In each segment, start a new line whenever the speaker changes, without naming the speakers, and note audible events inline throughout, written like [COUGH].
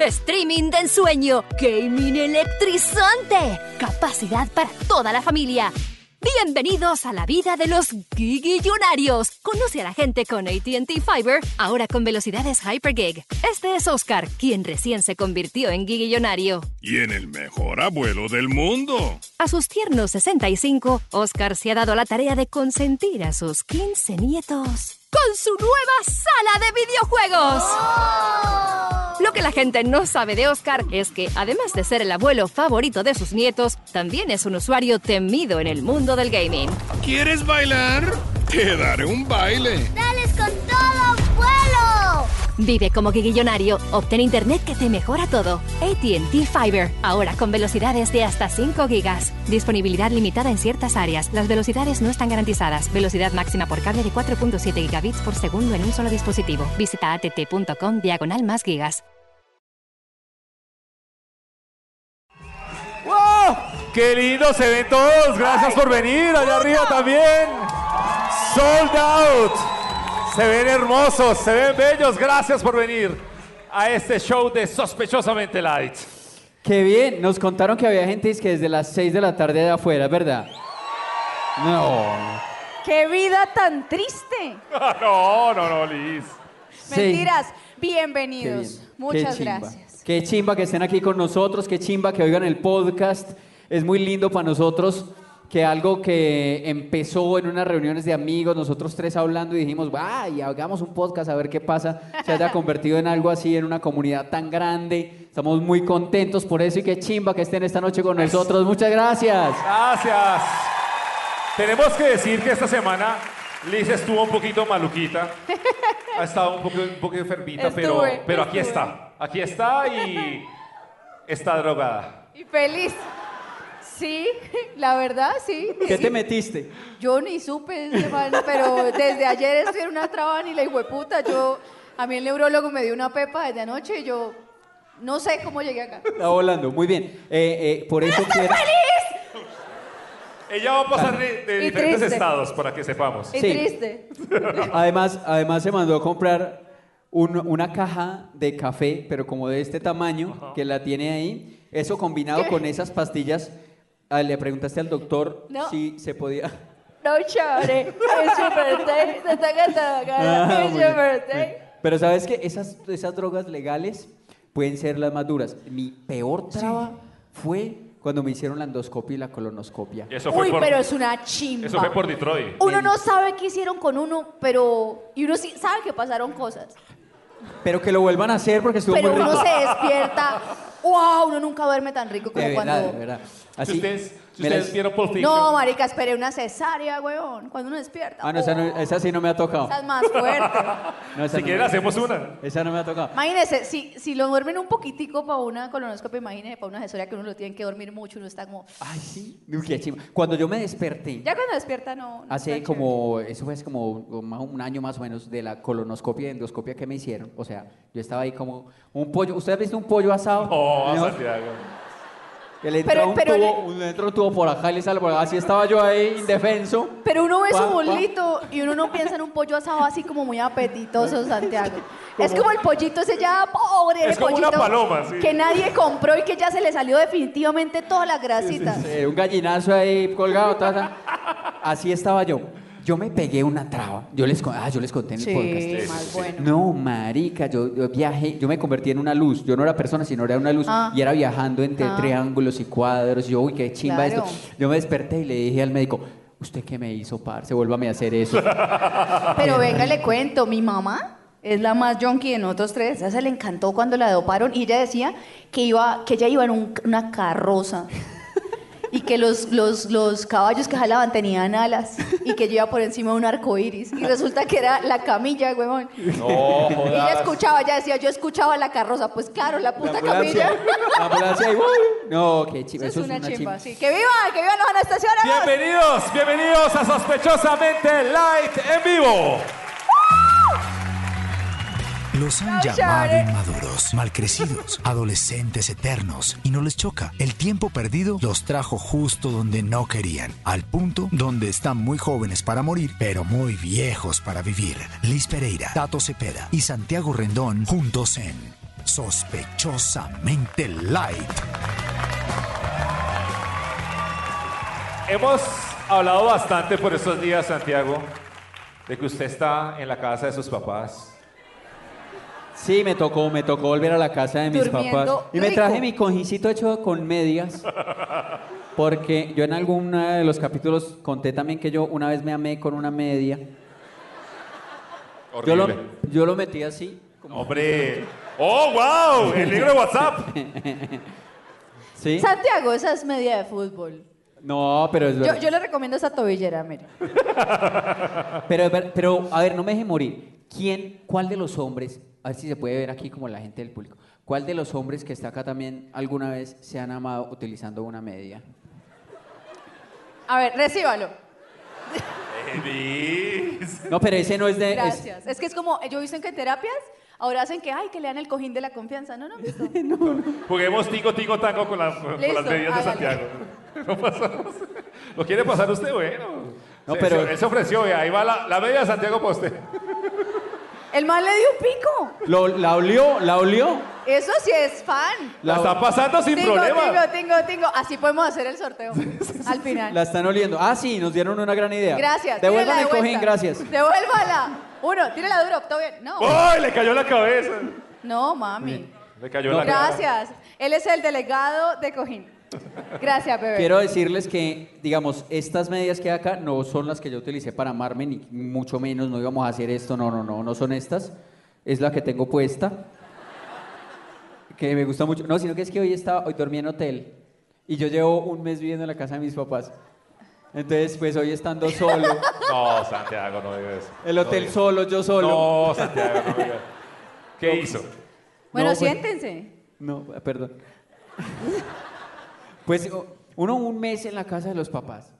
Streaming de ensueño, gaming electrizante, capacidad para toda la familia. Bienvenidos a la vida de los gigillonarios. Conoce a la gente con ATT Fiber, ahora con velocidades Hypergig. Este es Oscar, quien recién se convirtió en gigillonario.
Y en el mejor abuelo del mundo.
A sus tiernos 65, Oscar se ha dado la tarea de consentir a sus 15 nietos con su nueva sala de videojuegos. ¡Oh! Lo que la gente no sabe de Oscar es que, además de ser el abuelo favorito de sus nietos, también es un usuario temido en el mundo del gaming.
¿Quieres bailar? Te daré un baile.
¡Dales con todo, abuelo!
Vive como guiguillonario. Obtén internet que te mejora todo. ATT Fiber. Ahora con velocidades de hasta 5 gigas. Disponibilidad limitada en ciertas áreas. Las velocidades no están garantizadas. Velocidad máxima por cable de 4.7 gigabits por segundo en un solo dispositivo. Visita att.com diagonal más gigas.
¡Wow! ¡Qué lindo se ven todos! Gracias por venir. Allá arriba también. Sold out. Se ven hermosos, se ven bellos. Gracias por venir a este show de Sospechosamente Light. [LAUGHS]
Qué bien, nos contaron que había gente que desde las 6 de la tarde de afuera, ¿verdad? No.
¡Qué vida tan triste!
Ah, no, no, no, Liz.
Sí.
Mentiras, bienvenidos.
Qué bien.
Muchas
Qué chimba.
gracias.
Qué chimba que estén aquí con nosotros, qué chimba que oigan el podcast. Es muy lindo para nosotros que algo que empezó en unas reuniones de amigos, nosotros tres hablando y dijimos, ¡ay, hagamos un podcast a ver qué pasa! Se haya convertido en algo así, en una comunidad tan grande. Estamos muy contentos por eso y qué chimba que estén esta noche con nosotros. Muchas gracias.
Gracias. Tenemos que decir que esta semana Liz estuvo un poquito maluquita. Ha estado un poco, un poco enfermita, pero,
Estuve,
pero aquí
estuve.
está. Aquí está y está drogada.
Y feliz. Sí, [LAUGHS] la verdad, sí.
¿Qué te metiste?
Yo ni supe, este man, pero desde ayer estoy en una traba ni la hijueputa. Yo, a mí el neurólogo me dio una pepa desde anoche y yo no sé cómo llegué acá.
Está volando, muy bien. Eh, eh,
Ah,
por eso quiero...
Ella va a pasar de, de
Y
diferentes
triste.
estados para que sepamos.
Y
Sí. [LAUGHS]
triste.
Además, además se mandó a comprar un- una caja de café, pero como de este tamaño, que la tiene ahí. Eso combinado con esas pastillas. Ah, le preguntaste al doctor
No.
si se podía.
No llore, es su birthday, se está
Ah,
cantando, es
muy
su
bien,
birthday.
muy bien. Pero sabes que esas, esas drogas legales pueden ser las más duras. Mi peor traba fue cuando me hicieron la endoscopia y la colonoscopia.
Y Eso fue
Uy,
por,
pero es una chimba.
eso fue por Detroit.
Uno no sabe qué hicieron con uno, pero. Y uno sí sabe que pasaron cosas.
Pero que lo vuelvan a hacer porque estuvo
Pero
muy
uno
rico.
se despierta. ¡Wow! Uno nunca duerme tan rico como
De
cuando.
verdad, de verdad. Así,
Si ustedes, si
me la
ustedes
hic-
vieron Pulp Fiction,
No, marica, esperé una cesárea, weón. Cuando uno despierta.
Ah, no, esa, no-
¡Oh!
esa sí no me ha tocado.
Esa es más fuerte.
No, esa
si
no
quieren
me-
hacemos una.
Esa no me ha tocado.
Imagínese, si, si lo duermen un poquitico para una colonoscopia, imagínese para una cesárea que uno lo tiene que dormir mucho, uno está como.
Ay, sí. Uy, qué chimba. Cuando yo me desperté,
Ya cuando despierta, no. no
hace
está
como, eso fue hace como un, más- un año más o menos, de la colonoscopia y endoscopia que me hicieron. O sea, yo estaba ahí como un pollo. ¿Usted ha visto un pollo asado?
Oh,
No,
Santiago.
que le entra
Pero-
un
pero
tubo, un- le entra un tubo por acá y le sale por acá. Así estaba yo ahí, indefenso.
chévere. Pero uno ve
Pa,
su
pa.
bolito y uno no piensa en un pollo asado así como
[LAUGHS]
muy apetitoso, Santiago. Es como el pollito ese ya pobre,
Es
el
como una
pollito
paloma, sí.
que nadie compró y que ya se le salió definitivamente toda la grasita.
Eh, un gallinazo ahí colgado. ta, ta. Así estaba yo. Yo me pegué una traba. Yo les, con- ah, yo les conté en el
Sí,
podcast.
mal, bueno.
No, marica, yo, yo viajé, yo me convertí en una luz. Yo no era persona, sino era una luz.
Ah.
Y era viajando entre
Ah.
triángulos y cuadros. Yo, uy, qué chimba
Claro.
esto. Yo me desperté y le dije al médico, ¿usted qué me hizo, parce? Vuélvame a
[LAUGHS]
hacer eso.
Pero venga, le cuento, mi mamá es la más junkie de nosotros tres. A esa le encantó cuando la doparon y ella decía que, iba, que ella iba en un- una carroza y que los, los, los caballos que jalaban tenían alas y que ella iba por encima de un arco iris. Y resulta que era la camilla, huevón.
No,
Y ella escuchaba, ella decía, yo escuchaba la carroza. Pues claro, la puta camilla.
ambulancia. La ambulancia y, uy, No, qué chimba.
Eso es una
chimba.
chimba, sí. ¡Que viva! ¡Que viva los anestesiólogos!
Bienvenidos, bienvenidos a Sospechosamente Light en vivo.
Los han llamado inmaduros, malcrecidos, adolescentes eternos y no les choca. El tiempo perdido los trajo justo donde no querían, al punto donde están muy jóvenes para morir, pero muy viejos para vivir. Liz Pereira, Tato Cepeda y Santiago Rendón juntos en Sospechosamente Light.
Hemos hablado bastante por estos días, Santiago, de que usted está en la casa de sus papás.
Sí, me tocó, me tocó volver a la casa de mis
Durmiendo
papás. Y me
rico.
traje mi conjicito hecho con medias. Porque yo en alguno de los capítulos conté también que yo una vez me amé con una media. Yo lo,
Horrible.
yo lo metí así.
Hombre. ¡Oh, wow! El negro de WhatsApp. [LAUGHS]
¿Sí?
Santiago, esa es media de fútbol.
No, pero es
Yo,
verdad.
yo le recomiendo esa tobillera, mire.
[LAUGHS] Pero, es ver- pero, a ver, no me deje morir. ¿Quién, cuál de los hombres, a ver si se puede ver aquí como la gente del público, cuál de los hombres que está acá también alguna vez se han amado utilizando una media?
A ver, recíbalo.
No, pero ese no es de... es-
Gracias. Es que es como, yo he visto que en terapias ahora hacen que, ay, que lean el cojín de la confianza. No, no, listo.
Juguemos tico, tico, tango con, la- con
Listo,
las medidas de
hágale.
Santiago. No pasamos. ¿Lo quiere pasar usted? Bueno.
No,
Se-
pero-
se- él se ofreció, y ahí va la, la media de Santiago para usted.
El man le dio un pico.
Lo- la olió, la olió.
Eso sí es fan.
La está pasando sin
Tingo,
problema.
Tingo, tingo, tingo. Así podemos hacer el
[LAUGHS]
sorteo al final.
La están oliendo. Ah, sí, nos dieron una gran idea.
Gracias.
Devuelvan
tírala de
el cojín,
vuelta.
gracias.
Devuélvala. Uno, tírala duro, todo bien. No.
¡Ay, le cayó la cabeza!
No, mami.
Le cayó la cabeza.
Gracias. Él es el delegado de cojín. Gracias, bebé.
Quiero decirles que, digamos, estas medidas que hay acá no son las que yo utilicé para amarme, ni mucho menos, no íbamos a hacer esto, no, no, no, no son estas. Es la que tengo puesta, que me gusta mucho. No, sino que es que hoy, estaba, hoy dormí en hotel y yo llevo un mes viviendo en la casa de mis papás. Entonces, pues hoy estando solo,
No, Santiago, no diga eso.
el hotel
No diga-
solo, yo solo.
No, Santiago, no diga ¿Qué hizo?
Bueno,
No, pues-
siéntense.
No, perdón. [LAUGHS] Pues o- uno un mes en la casa de los papás.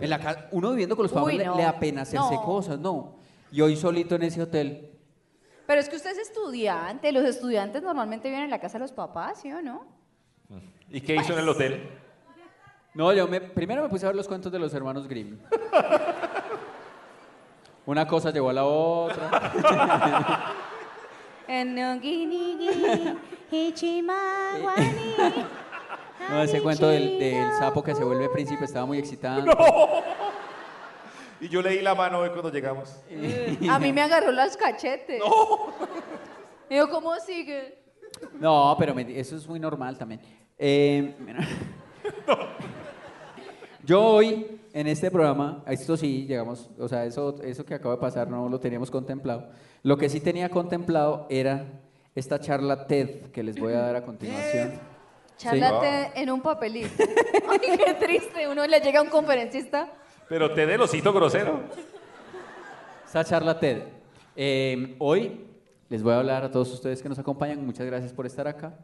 En la ca- uno viviendo con los papás
Uy,
le-
no.
le da pena hacerse
No.
cosas, no. Y hoy solito en ese hotel.
Pero es que usted es estudiante. Los estudiantes normalmente vienen a la casa de los papás, ¿sí o no?
¿Y qué hizo en el hotel?
No, yo me, primero me puse a ver los cuentos de los hermanos Grimm. [LAUGHS] Una cosa llevó a la otra.
[LAUGHS] En un guini, guini, ichimaguani.
[LAUGHS] No, ese cuento del, del sapo que se vuelve príncipe estaba muy excitante.
Y yo leí la mano hoy cuando llegamos.
A mí me agarró los cachetes. Y yo, ¿cómo sigue?
No, pero me- eso es muy normal también. Eh, [LAUGHS] mira. Yo hoy, en este programa, a esto sí llegamos, o sea, eso, eso que acaba de pasar no lo teníamos contemplado. Lo que sí tenía contemplado era esta charla TED que les voy a dar a continuación.
Charlate en un papelito. Ay, qué triste. Uno le llega a un conferencista.
Pero te dé el osito grosero.
Esta charla TED. Eh, hoy les voy a hablar a todos ustedes que nos acompañan, muchas gracias por estar acá,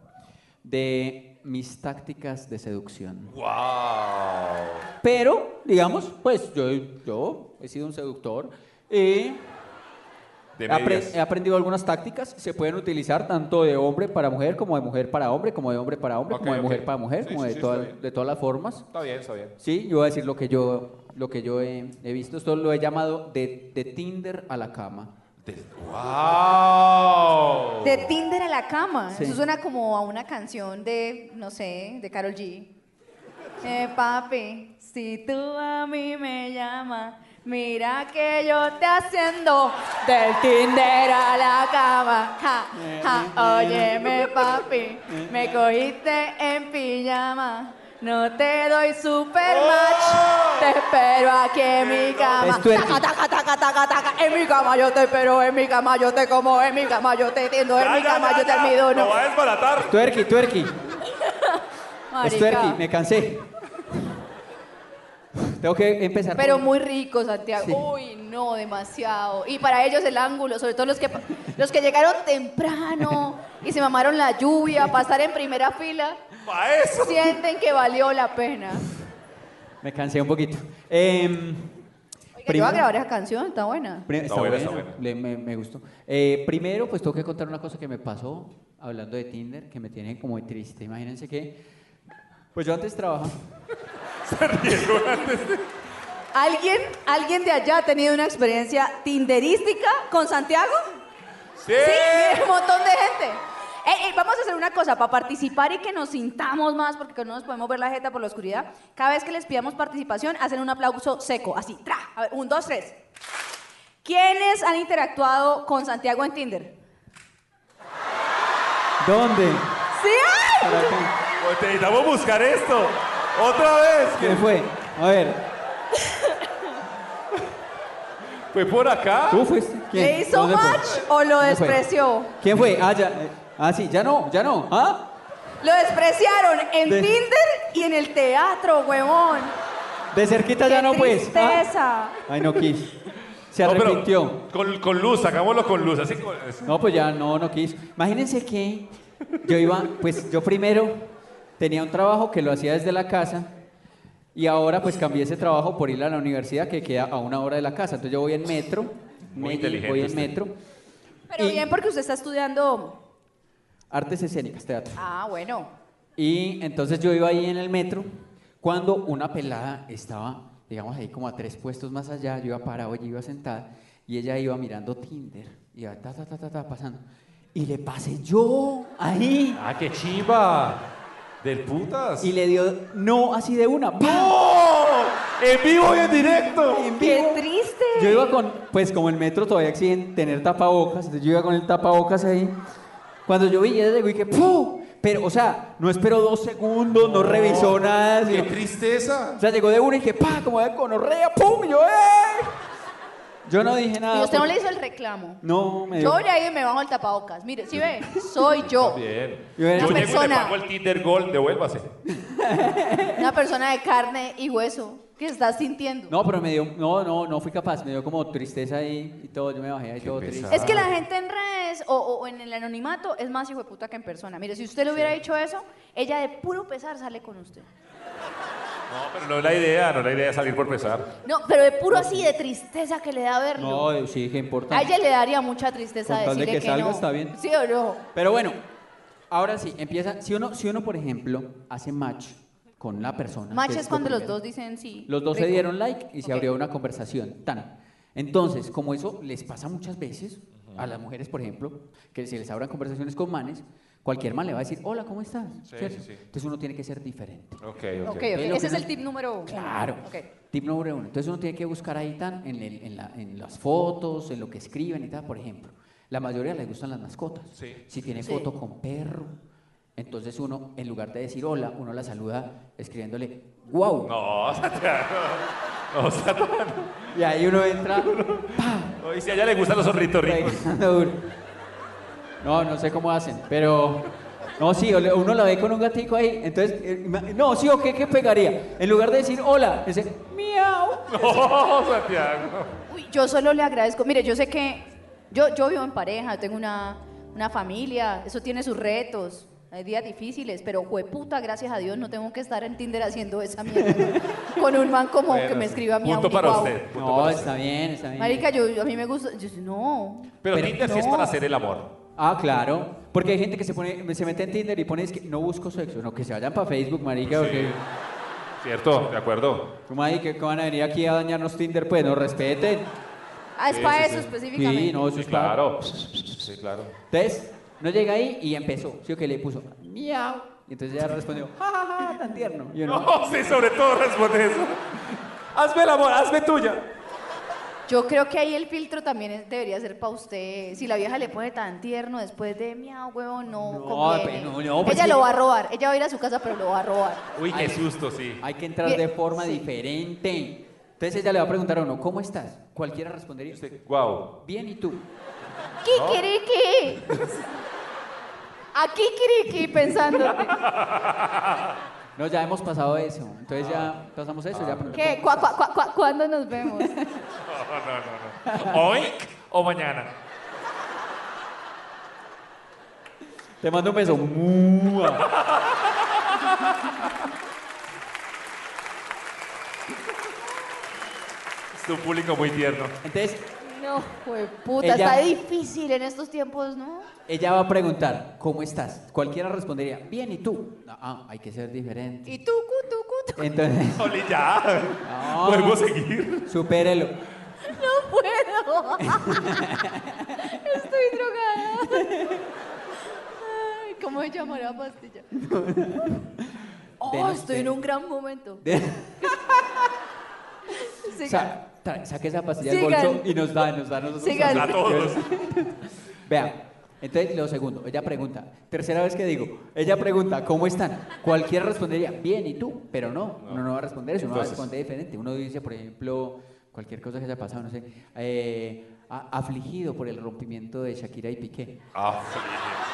de mis tácticas de seducción.
¡Wow!
Pero, digamos, pues yo, yo he sido un seductor y
De
he apre-
medias.
he aprendido algunas tácticas. Se pueden utilizar tanto de hombre para mujer, como de mujer para hombre, como de hombre para hombre,
Ok,
como de
ok.
mujer para mujer,
Sí,
como
sí,
de,
sí,
toda-
está bien.
de todas las formas.
Está bien, está bien.
Sí, yo voy a decir lo que yo, lo que yo he, he visto. Esto lo he llamado de, de Tinder a la cama.
¡Wow!
De Tinder a la cama.
Sí.
Eso suena como a una canción de, no sé, de Carol G. Eh, papi, si tú a mí me llamas, Mira que yo te haciendo del Tinder a la cama. Ja, ja, óyeme, papi. Me cogiste en pijama. No te doy super match. Te espero aquí en mi cama.
Es twerking.
Taca, taca, taca, taca, taca. En mi cama yo te espero, en mi cama yo te como, en mi cama yo te tiendo, en mi cama yo te mido.
Lo va a desbaratar.
Tuerqui, tuerqui.
[LAUGHS]
Es tuerqui,
Marica. [LAUGHS]
me cansé. Tengo que empezar.
Pero
por-
muy rico, Santiago.
Sí.
Uy, no, demasiado. Y para ellos el ángulo, sobre todo los que, los que llegaron temprano y se mamaron la lluvia, pasar en primera fila,
Pa' eso.
sienten que valió la pena.
Me cansé un poquito. Eh,
Oiga, yo voy a grabar esa canción, está buena.
Está,
buena,
buena,
está
le- me, me gustó. Eh, primero, pues tengo que contar una cosa que me pasó hablando de Tinder, que me tiene como triste. Imagínense que, pues yo antes trabajaba.
¿Alguien, ¿Alguien de allá ha tenido una experiencia tinderística con Santiago?
Sí.
Sí, un montón de gente. Ey, ey, vamos a hacer una cosa, para participar y que nos sintamos más, porque no nos podemos ver la jeta por la oscuridad, cada vez que les pidamos participación, hacen un aplauso seco, así, tra. A ver, un, dos, tres. ¿Quiénes han interactuado con Santiago en Tinder?
¿Dónde?
¡Sí! ay!
Para acá.
Pues necesitamos buscar esto. Otra vez. que
¿Quién fue? A ver,
fue por acá.
¿tú fuiste? ¿Quién?
¿Le hizo
¿Dónde fue?
match o lo
¿Dónde fue?
despreció?
¿Quién fue? Ah, ya. eh, Ah, sí, ya no, ya no. ¿Ah?
Lo despreciaron en
De-
Tinder y en el teatro, huevón.
De cerquita ya
¡Qué
no, pues. ¿Ah?
tristeza!
Ay, no quis. Se
No, pero
arrepintió.
con, con luz, sacámoslo con luz. Así con-
No, pues ya no, no quiso. Imagínense que yo iba, pues yo primero tenía un trabajo que lo hacía desde la casa y ahora pues cambié ese trabajo por ir a la universidad que queda a una hora de la casa. Entonces yo voy en metro,
Muy
me-
inteligente
voy en
usted.
metro,
Pero
Y-
bien, porque usted está estudiando.
artes escénicas, teatro.
Ah, bueno.
Y entonces yo iba ahí en el metro cuando una pelada estaba, digamos, ahí como a tres puestos más allá, yo iba parado, ella iba sentada y ella iba mirando Tinder, iba ta, ta, ta, ta, ta, pasando. Y le pasé yo ahí.
Ah, qué chimba. Del putas.
Y le dio no así de una. ¡pam!
¡No! En vivo y en directo.
En
¡Qué
vivo.
triste!
Yo iba con, pues como el metro todavía exigen tener tapabocas, entonces yo iba con el tapabocas ahí. Cuando yo vi, ella llegó y que ¡pum! Pero, o sea, no esperó dos segundos, no revisó nada.
Qué
sino-
tristeza.
o sea, llegó de una y que ¡pa! Como de conorrea, ¡pum! Y yo, ¡eh! Yo no dije nada.
Y usted no
porque-
le hizo el reclamo.
No, me dio-
Yo le ahí me bajo el tapabocas. Mire, si ve, soy yo.
Bien.
Yo era-
Yo
Una
llego y le
persona.
pago el Tinder Gold, devuélvase.
Una persona de carne y hueso que está sintiendo.
No, pero me dio... No, no, no fui capaz. Me dio como tristeza ahí y todo. Yo me bajé ahí todo triste.
Es que la gente en redes o, o en el anonimato es más hijo de puta que en persona. Mire, si usted le hubiera dicho eso, ella de puro pesar sale con usted.
No, pero no es la idea, no es la idea salir por pesar.
No, pero de puro así de tristeza que le da verlo.
No, sí, que
A
importante.
ella le daría mucha tristeza
Con tal de
decirle
que
que,
salga,
no.
está bien. Ah,
¿Sí o no?
Pero bueno, ahora sí, empieza. Si uno, si uno por ejemplo, hace match con una persona.
Match
que
es
lo
cuando los
primero,
dos dicen sí.
Los dos se
rico.
dieron like y se
Ok.
abrió una conversación. Tan. Entonces, como eso les pasa muchas veces a las mujeres, por ejemplo, que se les abran conversaciones con manes, cualquier man le va a decir, hola, ¿cómo estás? ¿Cierto?
sí, sí.
Entonces uno tiene que ser diferente.
Ok,
Ok, ok.
Ve lo que
Ese es
no-
el tip número uno.
Claro.
Ok.
Tip número uno. Entonces uno tiene que buscar ahí tan en, el- en la- en las fotos, en lo que escriben y tal, por ejemplo. La mayoría les gustan las mascotas.
Sí.
Si tiene
Sí.
foto con perro, entonces uno, en lugar de decir hola, uno la saluda escribiéndole wow.
No, [LAUGHS] Santiago. No, Santiago.
Y ahí uno entra
[LAUGHS] No, Y si a ella le gustan los ornitorrincos.
pegando duro. No, no sé cómo hacen, pero... No, sí, ole- uno la ve con un gatico ahí, entonces... eh, ma- No, sí, ¿o qué, qué pegaría? En lugar de decir hola, dice miau.
[LAUGHS] [LAUGHS] No, pues, Santiago.
Uy, yo solo le agradezco. Mire, yo sé que yo, yo vivo en pareja, yo tengo una, una familia, eso tiene sus retos. Hay días difíciles, pero jueputa, gracias a Dios, no tengo que estar en Tinder haciendo esa
[LAUGHS]
mierda con un man como que
Bueno,
me
sí.
escriba a mí.
Punto
a un
para
guau.
usted. punto
No,
para usted.
está bien, está bien.
Marica, yo, yo- a mí me gusta. Yo, no.
Pero,
Pero
Tinder sí es
no.
para hacer el amor.
Ah, claro. Porque hay gente que se pone, se mete en Tinder y pone es que no busco sexo, no que se vayan para Facebook, marica, porque
¿Cierto? ¿De acuerdo?
como ahí que que van a venir aquí a dañarnos Tinder, pues no respeten.
Ah, es
Sí,
para
sí,
eso
sí.
específicamente.
Sí, no, eso
Pues Sí,
es claro.
claro. Sí, claro.
Entonces, no llega ahí y empezó. Sí, que le puso miau. Y entonces ella respondió, ja, ja, ja, tan tierno. Y uno,
No, sí, sobre todo responde eso. Hazme el amor, hazme tuya.
Yo creo que ahí el filtro también es- debería ser para usted. Si la vieja le pone tan tierno después de miau, huevo, no, conviene".
pues, no, no, pues,
Ella
sí.
lo va a robar. Ella va a ir a su casa, pero lo va a robar.
Uy, qué susto, sí.
Hay que entrar de forma diferente. Entonces ella le va a preguntar a uno, ¿cómo estás? Cualquiera respondería. Usted,
wow.
Bien, ¿y tú?
¡Kikiriki! A Kikiriki pensando.
No, ya hemos pasado eso. Entonces ya pasamos eso. ya preguntamos,
¿Qué? ¿Cuá, cuá, cuá, cuá- cuándo nos vemos?
No, no, no, no. ¿Hoy o mañana?
Te mando un beso. Mua.
Es un público muy tierno.
Entonces
No, puta,
Ella-
está difícil en estos tiempos, ¿no?
ella va a preguntar, ¿cómo estás? Cualquiera respondería, bien, ¿y tú? No, ah, hay que ser diferente.
Y tú, cu, tú, cu, tú.
Entonces... [LAUGHS]
Oli, ya.
No.
Podemos seguir.
Supérelo. [LAUGHS]
No puedo. [LAUGHS] Estoy drogada. Ay, ¿Cómo se llamará la pastilla? Oh,
Denos-
estoy en
den-
un gran momento.
O
Sigan.
sea, tra- saque esa pastilla del
Sigan.
bolso y nos da, nos da a nosotros.
Sigan.
A todos.
Vea, entonces lo segundo, ella pregunta. Tercera vez que digo, ella pregunta, ¿cómo están? Cualquiera respondería, bien, ¿y tú? Pero no, uno no va a responder eso, uno va a
Entonces-
responder diferente. Uno dice, por ejemplo, cualquier cosa que haya pasado, no sé, eh, a- afligido por el rompimiento de Shakira y Piqué.
Afligido.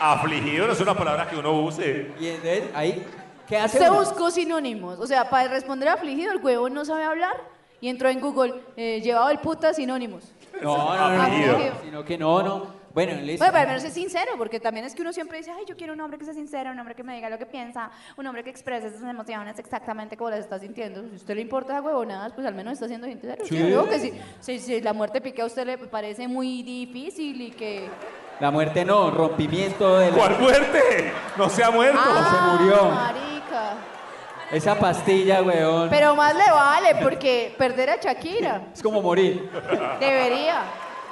Afligido no es una palabra que uno use.
Y entonces ahí, ¿qué hace
Se
uno?
buscó sinónimos. O sea, para responder afligido, el huevo no sabe hablar y entró en Google, eh, llevado el puta sinónimos.
No, no, no, no,
Afligido.
no, sino que no, no. Bueno, listo.
Bueno, pero al menos es sincero, porque también es que uno siempre dice, ay, yo quiero un hombre que sea sincero, un hombre que me diga lo que piensa, un hombre que exprese sus emociones exactamente como las está sintiendo. Si a usted le importa esas huevonadas, pues al menos está siendo sincero.
Sí.
Yo creo que si, si- si la muerte pique a usted le parece muy difícil y que...
La muerte no, rompimiento de la...
¿Cuál muerte? No se ha muerto.
se murió.
marica.
Esa pastilla, weón.
Pero más le vale, porque perder a Shakira
Es como morir.
debería.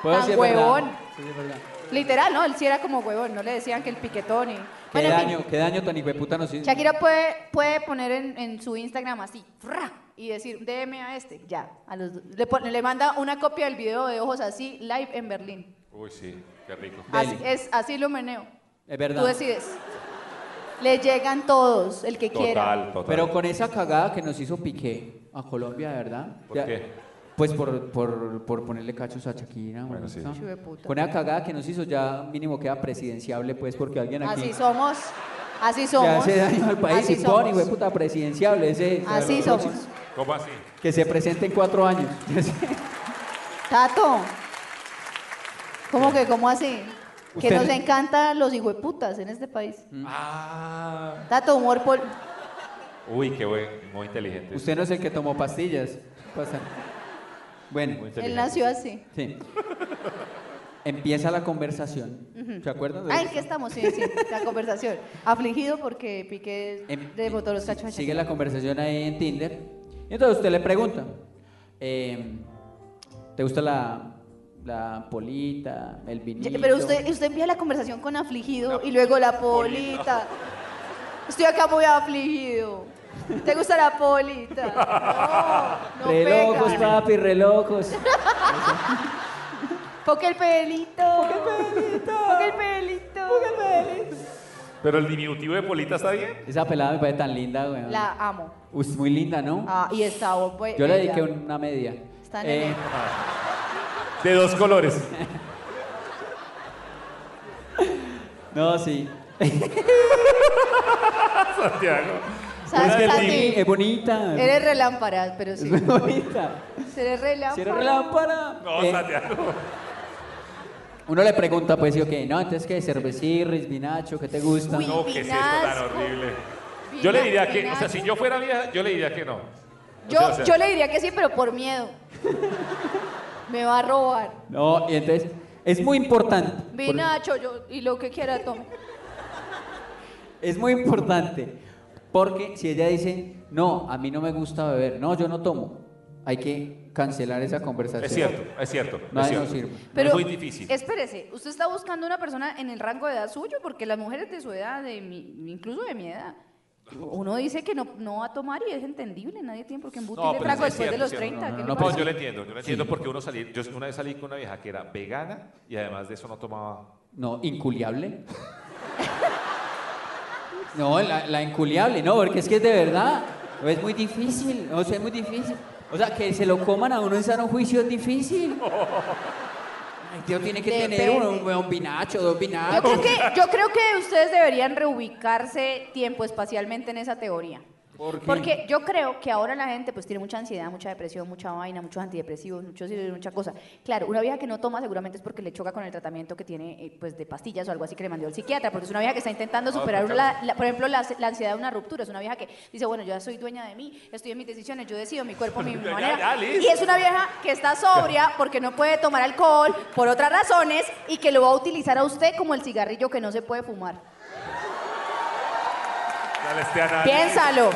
Puedo
Tan
decir verdad.
huevón.
Sí, es verdad.
Literal, ¿no? Él sí era como huevón, no le decían que el piquetón y...
Qué
Bueno, en fin.
daño, qué daño tan hijueputa nos hizo.
Shakira puede, puede poner en, en su Instagram así, ¡fra! y decir, DM a este, ya. A los, do- le, pone- le manda una copia del video de ojos así, live en Berlín.
Uy, sí, qué rico.
Así,
Deli.
es, así lo meneo.
Es verdad.
Tú decides. Le llegan todos, el que quiera.
Total, total.
Pero con esa cagada que nos hizo Piqué a Colombia, de ¿verdad?
¿Por qué?
Pues por, por, por ponerle cachos a Shakira.
Bueno, sí.
¿no?
Hijo de puta.
Con esa cagada que nos hizo ya mínimo queda presidenciable, pues, porque alguien aquí...
Así somos. Así
le
somos.
hace daño al país
así
y pone,
somos.
hijueputa, presidenciable. Ese,
Así somos.
¿Cómo así?
Que se presente en cuatro años. [LAUGHS]
Tato. ¿Cómo que, cómo así? Que
Usted- Mm.
nos encantan los hijueputas en este país.
Ah.
Tato, humor por...
Uy, qué buen, muy inteligente.
Usted no es el que tomó pastillas. Pasa. Bueno.
Muy inteligente.
Él nació así.
Sí. Empieza la conversación. ¿Se acuerdan? de
Ah, ¿en
eso?
qué estamos? Sí, sí, la conversación. Afligido porque Piqué
Em-
le botó los cachos a
Sigue
Shakira.
la conversación ahí en Tinder. Y entonces usted le pregunta, eh, ¿te gusta la, la polita, el vinito?
Ya, Pero usted, usted envía la conversación con afligido y luego la polita. Estoy acá muy afligido. ¿Te gusta la polita? No, no
Relojos,
pega.
papi, relojos.
Porque el pelito. Porque el pelito. Porque el pelito.
Pero el diminutivo de Polita está bien.
[LAUGHS] Esa pelada me parece tan linda, güey.
La amo.
muy linda, ¿no?
Ah, y está pues,
Yo le
bella.
dediqué una media. Eh,
Está en el-
De dos colores.
no, sí.
[LAUGHS] Santiago.
¿Sabes,
Una del
Santi?
Dimi.
Es bonita.
Eres relámpara, pero
[LAUGHS]
sí.
Es bonita.
Eres relámpara.
Cierra la lámpara.
No,
Eh,
Santiago.
uno le pregunta, pues, sí, ok, no, entonces, ¿qué? Cervecirris, vinacho, ¿qué te gusta?
Uy.
No, que es esto Oh, tan
Vinasco.
horrible. Yo le diría que, o sea,
Vinasco.
si yo fuera vieja, yo le diría que no.
Yo,
O sea, o sea,
yo le diría que sí, pero por miedo. Me va a robar.
No, y entonces es muy importante. por-
Vinacho, yo, y lo que quiera, tome.
Es muy importante. Porque si ella dice, no, a mí no me gusta beber, no, yo no tomo, hay que cancelar esa conversación.
Es cierto, es cierto.
No,
es
no
cierto.
sirve.
Pero,
es muy difícil.
Espérese, usted está buscando una persona en el rango de edad suyo, porque las mujeres de su edad, de mi- incluso de mi edad, Uno dice que no, no va a tomar y es entendible, nadie tiene por qué embutir
No,
de
pero
trago
es
después de
cierto,
los
es cierto.
30. ¿qué le
No,
pasa?
yo le entiendo, yo le entiendo porque uno salí, yo una vez salí con una vieja que era vegana y además de eso no tomaba.
No, inculiable. [LAUGHS] No, la, la inculiable, no, porque es que de verdad es muy difícil, o sea, es muy difícil. O sea, que se lo coman a uno en sano juicio es difícil. El tío tiene que tener
Depende.
un, un binacho, dos
Yo
binachos.
creo, que, yo creo que ustedes deberían reubicarse tiempo espacialmente en esa teoría.
¿Por qué?
Porque yo creo que ahora la gente pues tiene mucha ansiedad, mucha depresión, mucha vaina, muchos antidepresivos, muchos, mucha cosa. Claro, una vieja que no toma seguramente es porque le choca con el tratamiento que tiene eh, pues de pastillas o algo así que le mandó el psiquiatra, porque es una vieja que está intentando superar,
Ah,
la- la- por ejemplo, la, la ansiedad de una ruptura. Es una vieja que dice, bueno, yo ya soy dueña de mí, estoy en mis decisiones, yo decido mi cuerpo, mi
[LAUGHS] Ya,
manera.
ya, listo.
y es una vieja que está sobria porque no puede tomar alcohol por otras razones y que lo va a utilizar a usted como el cigarrillo que no se puede fumar.
Dale este
Ah,
análisis.
Piénsalo.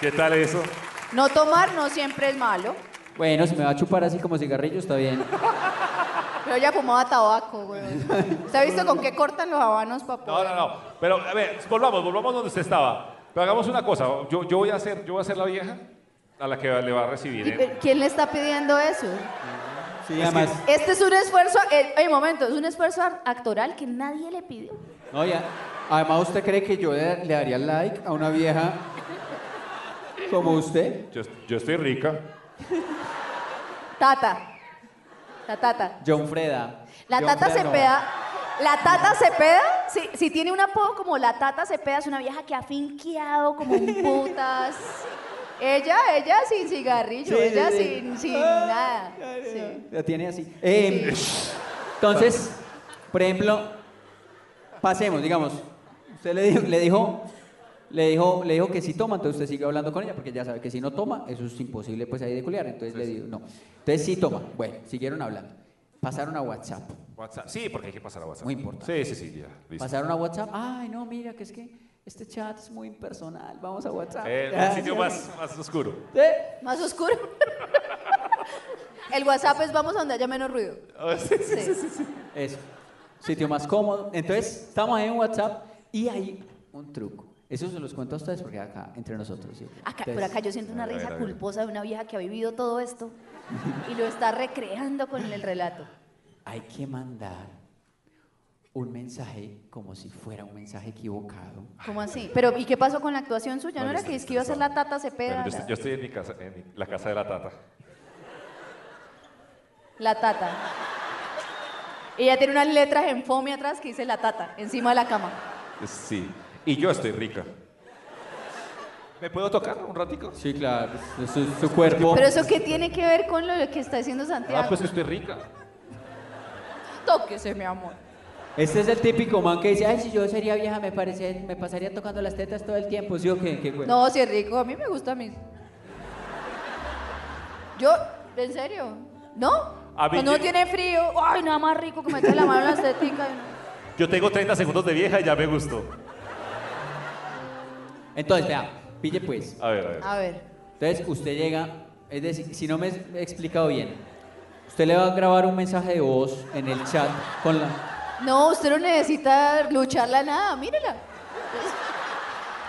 ¿Qué tal eso?
No tomar no siempre es malo.
Bueno, si me va a chupar así como cigarrillo, está bien.
Yo ya fumaba tabaco, güey. ¿Usted ha visto con qué cortan los habanos, papá?
No, no, no. Pero a ver, volvamos, volvamos donde usted estaba. Pero hagamos una cosa, yo, yo voy a hacer, yo voy a ser la vieja a la que le va a recibir. ¿eh?
¿Quién le está pidiendo eso?
Sí, además.
Este es un esfuerzo, eh, hey, momento, es un esfuerzo actoral que nadie le pidió.
No, ya. Además, ¿usted cree que yo le, le daría like a una vieja como usted?
Yo, yo estoy rica.
Tata. La tata.
John Freda.
La
John
tata
Freda no.
Cepeda. La tata Cepeda, si, si tiene un apodo como la tata Cepeda, es una vieja que ha finqueado como
[LAUGHS]
un putas. Ella, ella sin cigarrillo,
Sí, sí,
ella
sí.
sin, sin nada. Sí.
La tiene así. Eh, Entonces, por ejemplo, pasemos, digamos. Usted le dijo, le dijo, le dijo, le dijo que si toma, entonces usted sigue hablando con ella, porque ya sabe que si no toma, eso es imposible pues ahí de culiar. Entonces le digo, no. Entonces sí toma. Bueno, siguieron hablando. Pasaron a WhatsApp.
WhatsApp. Sí, porque hay que pasar a WhatsApp.
Muy importante.
Sí, sí, sí, ya. listo.
Pasaron a WhatsApp. Ay, no, mira, que es que este chat es muy impersonal. Vamos a WhatsApp.
Eh,
Ah,
un sitio
sí.
más, más oscuro.
Sí.
Más oscuro. El WhatsApp es vamos a donde haya menos ruido. Oh, Sí.
Eso. Sitio más cómodo. Entonces, estamos ahí en WhatsApp y hay un truco. Eso se los cuento a ustedes porque acá, entre nosotros. ¿sí?
Acá-
Entonces-
por acá yo siento una
Pues, A ver, a
risa
ver, a ver.
culposa de una vieja que ha vivido todo esto y lo está recreando con el relato.
Hay que mandar un mensaje como si fuera un mensaje equivocado.
¿Cómo así? Pero, ¿y qué pasó con la actuación suya? ¿No
No,
era
listo,
que es que iba a ser la tata Cepeda?
Bueno, yo, estoy, yo
La,
estoy en mi casa, en mi- la casa de la tata.
la tata. Y ella tiene unas letras en fome atrás que dice la tata, encima de la cama.
Sí. Y yo estoy rica. ¿Me puedo tocar un ratico?
Sí, claro. Su, cuerpo.
Pero eso qué tiene que ver con lo que está haciendo Santiago.
Ah, pues que estoy rica.
Tóquese, mi amor.
Este es el típico man que dice, ay, si yo sería vieja, me, parece, me pasaría tocando las tetas todo el tiempo. ¿Sí o qué? ¿Qué güey?
No, si es rico, a mí me gusta a mí. Yo, en serio, ¿no?
A mí
Cuando uno
yo-
tiene frío, ay, nada más rico que meter la mano en la estética.
Yo tengo 30 segundos de vieja y ya me gustó.
Entonces, vea, pille pues.
A ver, a ver.
A ver,
Entonces usted llega, es decir, si no me he explicado bien, usted le va a grabar un mensaje de voz en el chat con la...
no, usted no necesita lucharla nada, mírela.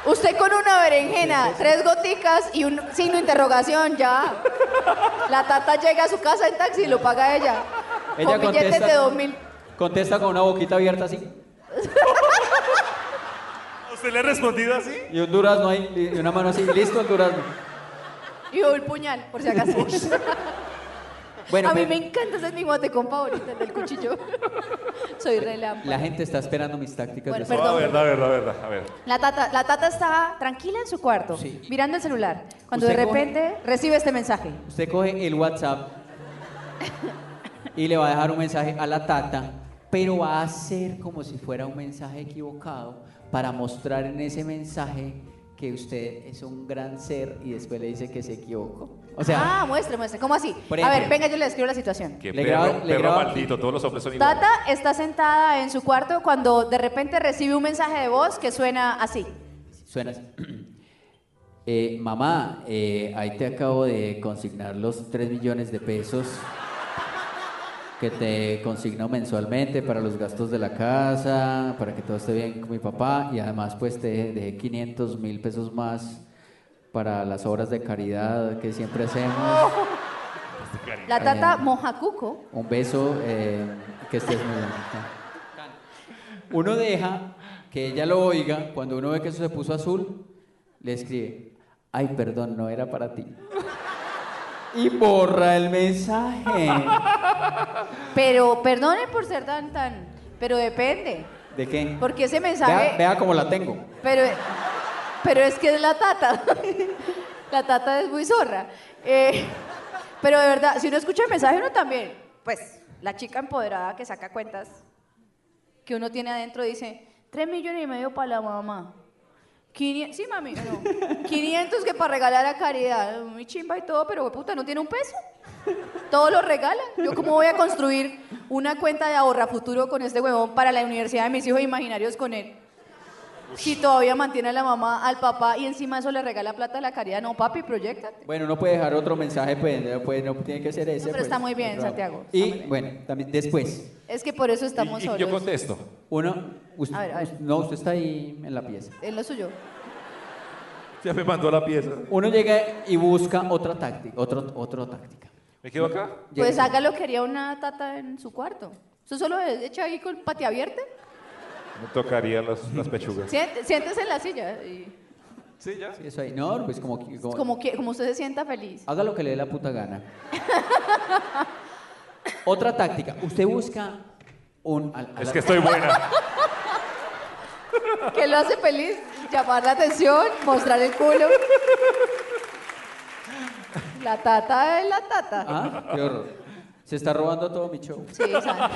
Usted con una berenjena, tres goticas y un signo de interrogación, ya. La tata llega a su casa en taxi y lo paga ella.
Ella
con billetes
contesta-
de dos mil.
Contesta con una boquita abierta así.
¿Usted le ha respondido así?
Y un durazno ahí, y una mano así, listo el durazno.
Y un puñal, por si
[LAUGHS]
acaso.
Bueno, pues,
a mí
pero-
me encanta ese es mi guatecón favorito, el del cuchillo. [LAUGHS] Soy relámpago.
La gente está esperando mis tácticas
Bueno,
No,
de sexo.
a ver, a ver, a ver, a ver.
La tata, la tata está tranquila en su cuarto, mirando el celular, cuando de
Usted coge-
repente recibe este mensaje.
Usted coge el WhatsApp y le va a dejar un mensaje a la tata, pero va a hacer como si fuera un mensaje equivocado para mostrar en ese mensaje que usted es un gran ser y después le dice que se equivocó. O sea,
ah, muestre, muestre. ¿Cómo así?
Por
a
ejemplo.
ver, venga, yo le describo la situación.
Qué
Le
perro,
graba- le
perro
graba-
maldito, todos los hombres son iguales.
Tata está sentada en su cuarto cuando de repente recibe un mensaje de voz que suena así.
suena así. [CLEARS THROAT] Eh, mamá, eh, ahí te acabo de consignar los 3 millones de pesos que te consigno mensualmente para los gastos de la casa, para que todo esté bien con mi papá y además pues te dejé 500 mil pesos más para las obras de caridad que siempre hacemos.
La tata mojacuco.
Un beso, eh, que estés muy bien. Uno deja que ella lo oiga, cuando uno ve que eso se puso azul, le escribe, ay, perdón, no era para ti. Y borra el mensaje.
Pero perdonen por ser tan tan, pero depende.
¿De qué?
Porque ese mensaje.
Vea, vea cómo la tengo.
Pero, pero es que es la tata. [LAUGHS] la tata es muy zorra. Eh, pero de verdad, si uno escucha el mensaje, uno también, pues, la chica empoderada que saca cuentas que uno tiene adentro dice, 3 millones y medio para la mamá. 500, sí, mami, no. 500 que para regalar a caridad. Muy chimba y todo, pero puta, no tiene un peso. Todo lo regala. Yo cómo voy a construir una cuenta de ahorra futuro con este huevón para la universidad de mis hijos imaginarios con él. Si todavía mantiene a la mamá, al papá y encima eso le regala plata a la caridad, no, papi, proyectate.
Bueno, no puede dejar otro mensaje, pues, no, puede- no tiene que ser ese.
pero
pues.
está muy bien, Santiago, está
Y bueno, también después.
Es que por eso estamos solos.
Uno, usted-
A ver, a ver.
no, usted está ahí en la pieza.
Es lo suyo.
Ya me mandó la pieza.
Uno llega y busca otra táctica, otro, otro táctica.
¿Me quedo acá?
Pues hágalo que haría una tata en su cuarto. Eso solo es echa ahí con patiabierta.
Me tocaría las, las pechugas.
Siéntese, siéntese en la silla. y-
Sí, ya.
eso ahí. No, pues como, que- como-
como, que, como usted se sienta feliz.
haga lo que le dé la puta
[LAUGHS]
gana. otra táctica. Usted busca un. al- al-
Es que estoy buena.
Que lo hace feliz. Llamar la atención, mostrar el culo. La tata es la tata.
[LAUGHS] Ah, qué horror. Se está robando todo mi show.
Sí, sabe.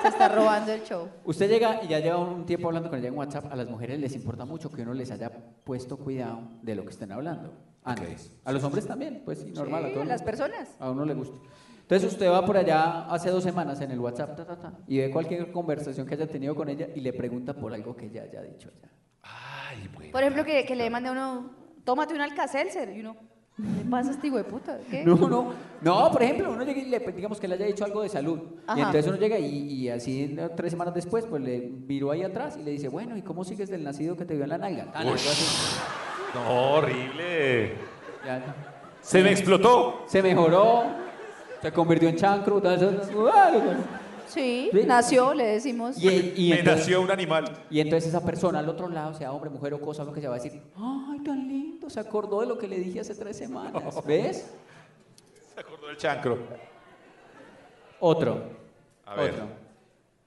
se está robando el show.
Usted llega y ya lleva un tiempo hablando con ella en WhatsApp. A las mujeres les importa mucho que uno les haya puesto cuidado de lo que estén hablando. Antes. A los hombres también, pues sí, normal. a
Sí,
todo el
las
mundo.
personas.
A uno le gusta. Entonces usted va por allá hace dos semanas en el WhatsApp ta, ta, ta, y ve cualquier conversación que haya tenido con ella y le pregunta por algo que ella haya dicho allá.
Por ejemplo, que, que le mande a uno, tómate un alcacelser. Y uno, ¿qué le pasa a este hijo de puta? ¿Qué?
No, no. No, por ejemplo, uno llega y le, digamos que le haya dicho algo de salud.
Ajá.
Y entonces uno llega y, y así ¿no? tres semanas después, pues le miró ahí atrás y le dice, bueno, ¿y cómo sigues del nacido que te dio en la nalga? Tan, algo así.
[LAUGHS] No, horrible.
Ya.
Se me explotó.
Se mejoró, se convirtió en chancro. tal, tal, tal.
Sí,
Sí.
nació, le decimos.
Y, y
Me
entonces,
nació un animal.
y entonces esa persona al otro lado, sea hombre, mujer o cosa, lo que se va a decir, ay, tan lindo, se acordó de lo que le dije hace
[LAUGHS]
tres semanas. ¿Ves?
Se acordó del chancro.
Otro.
A ver.
Otro.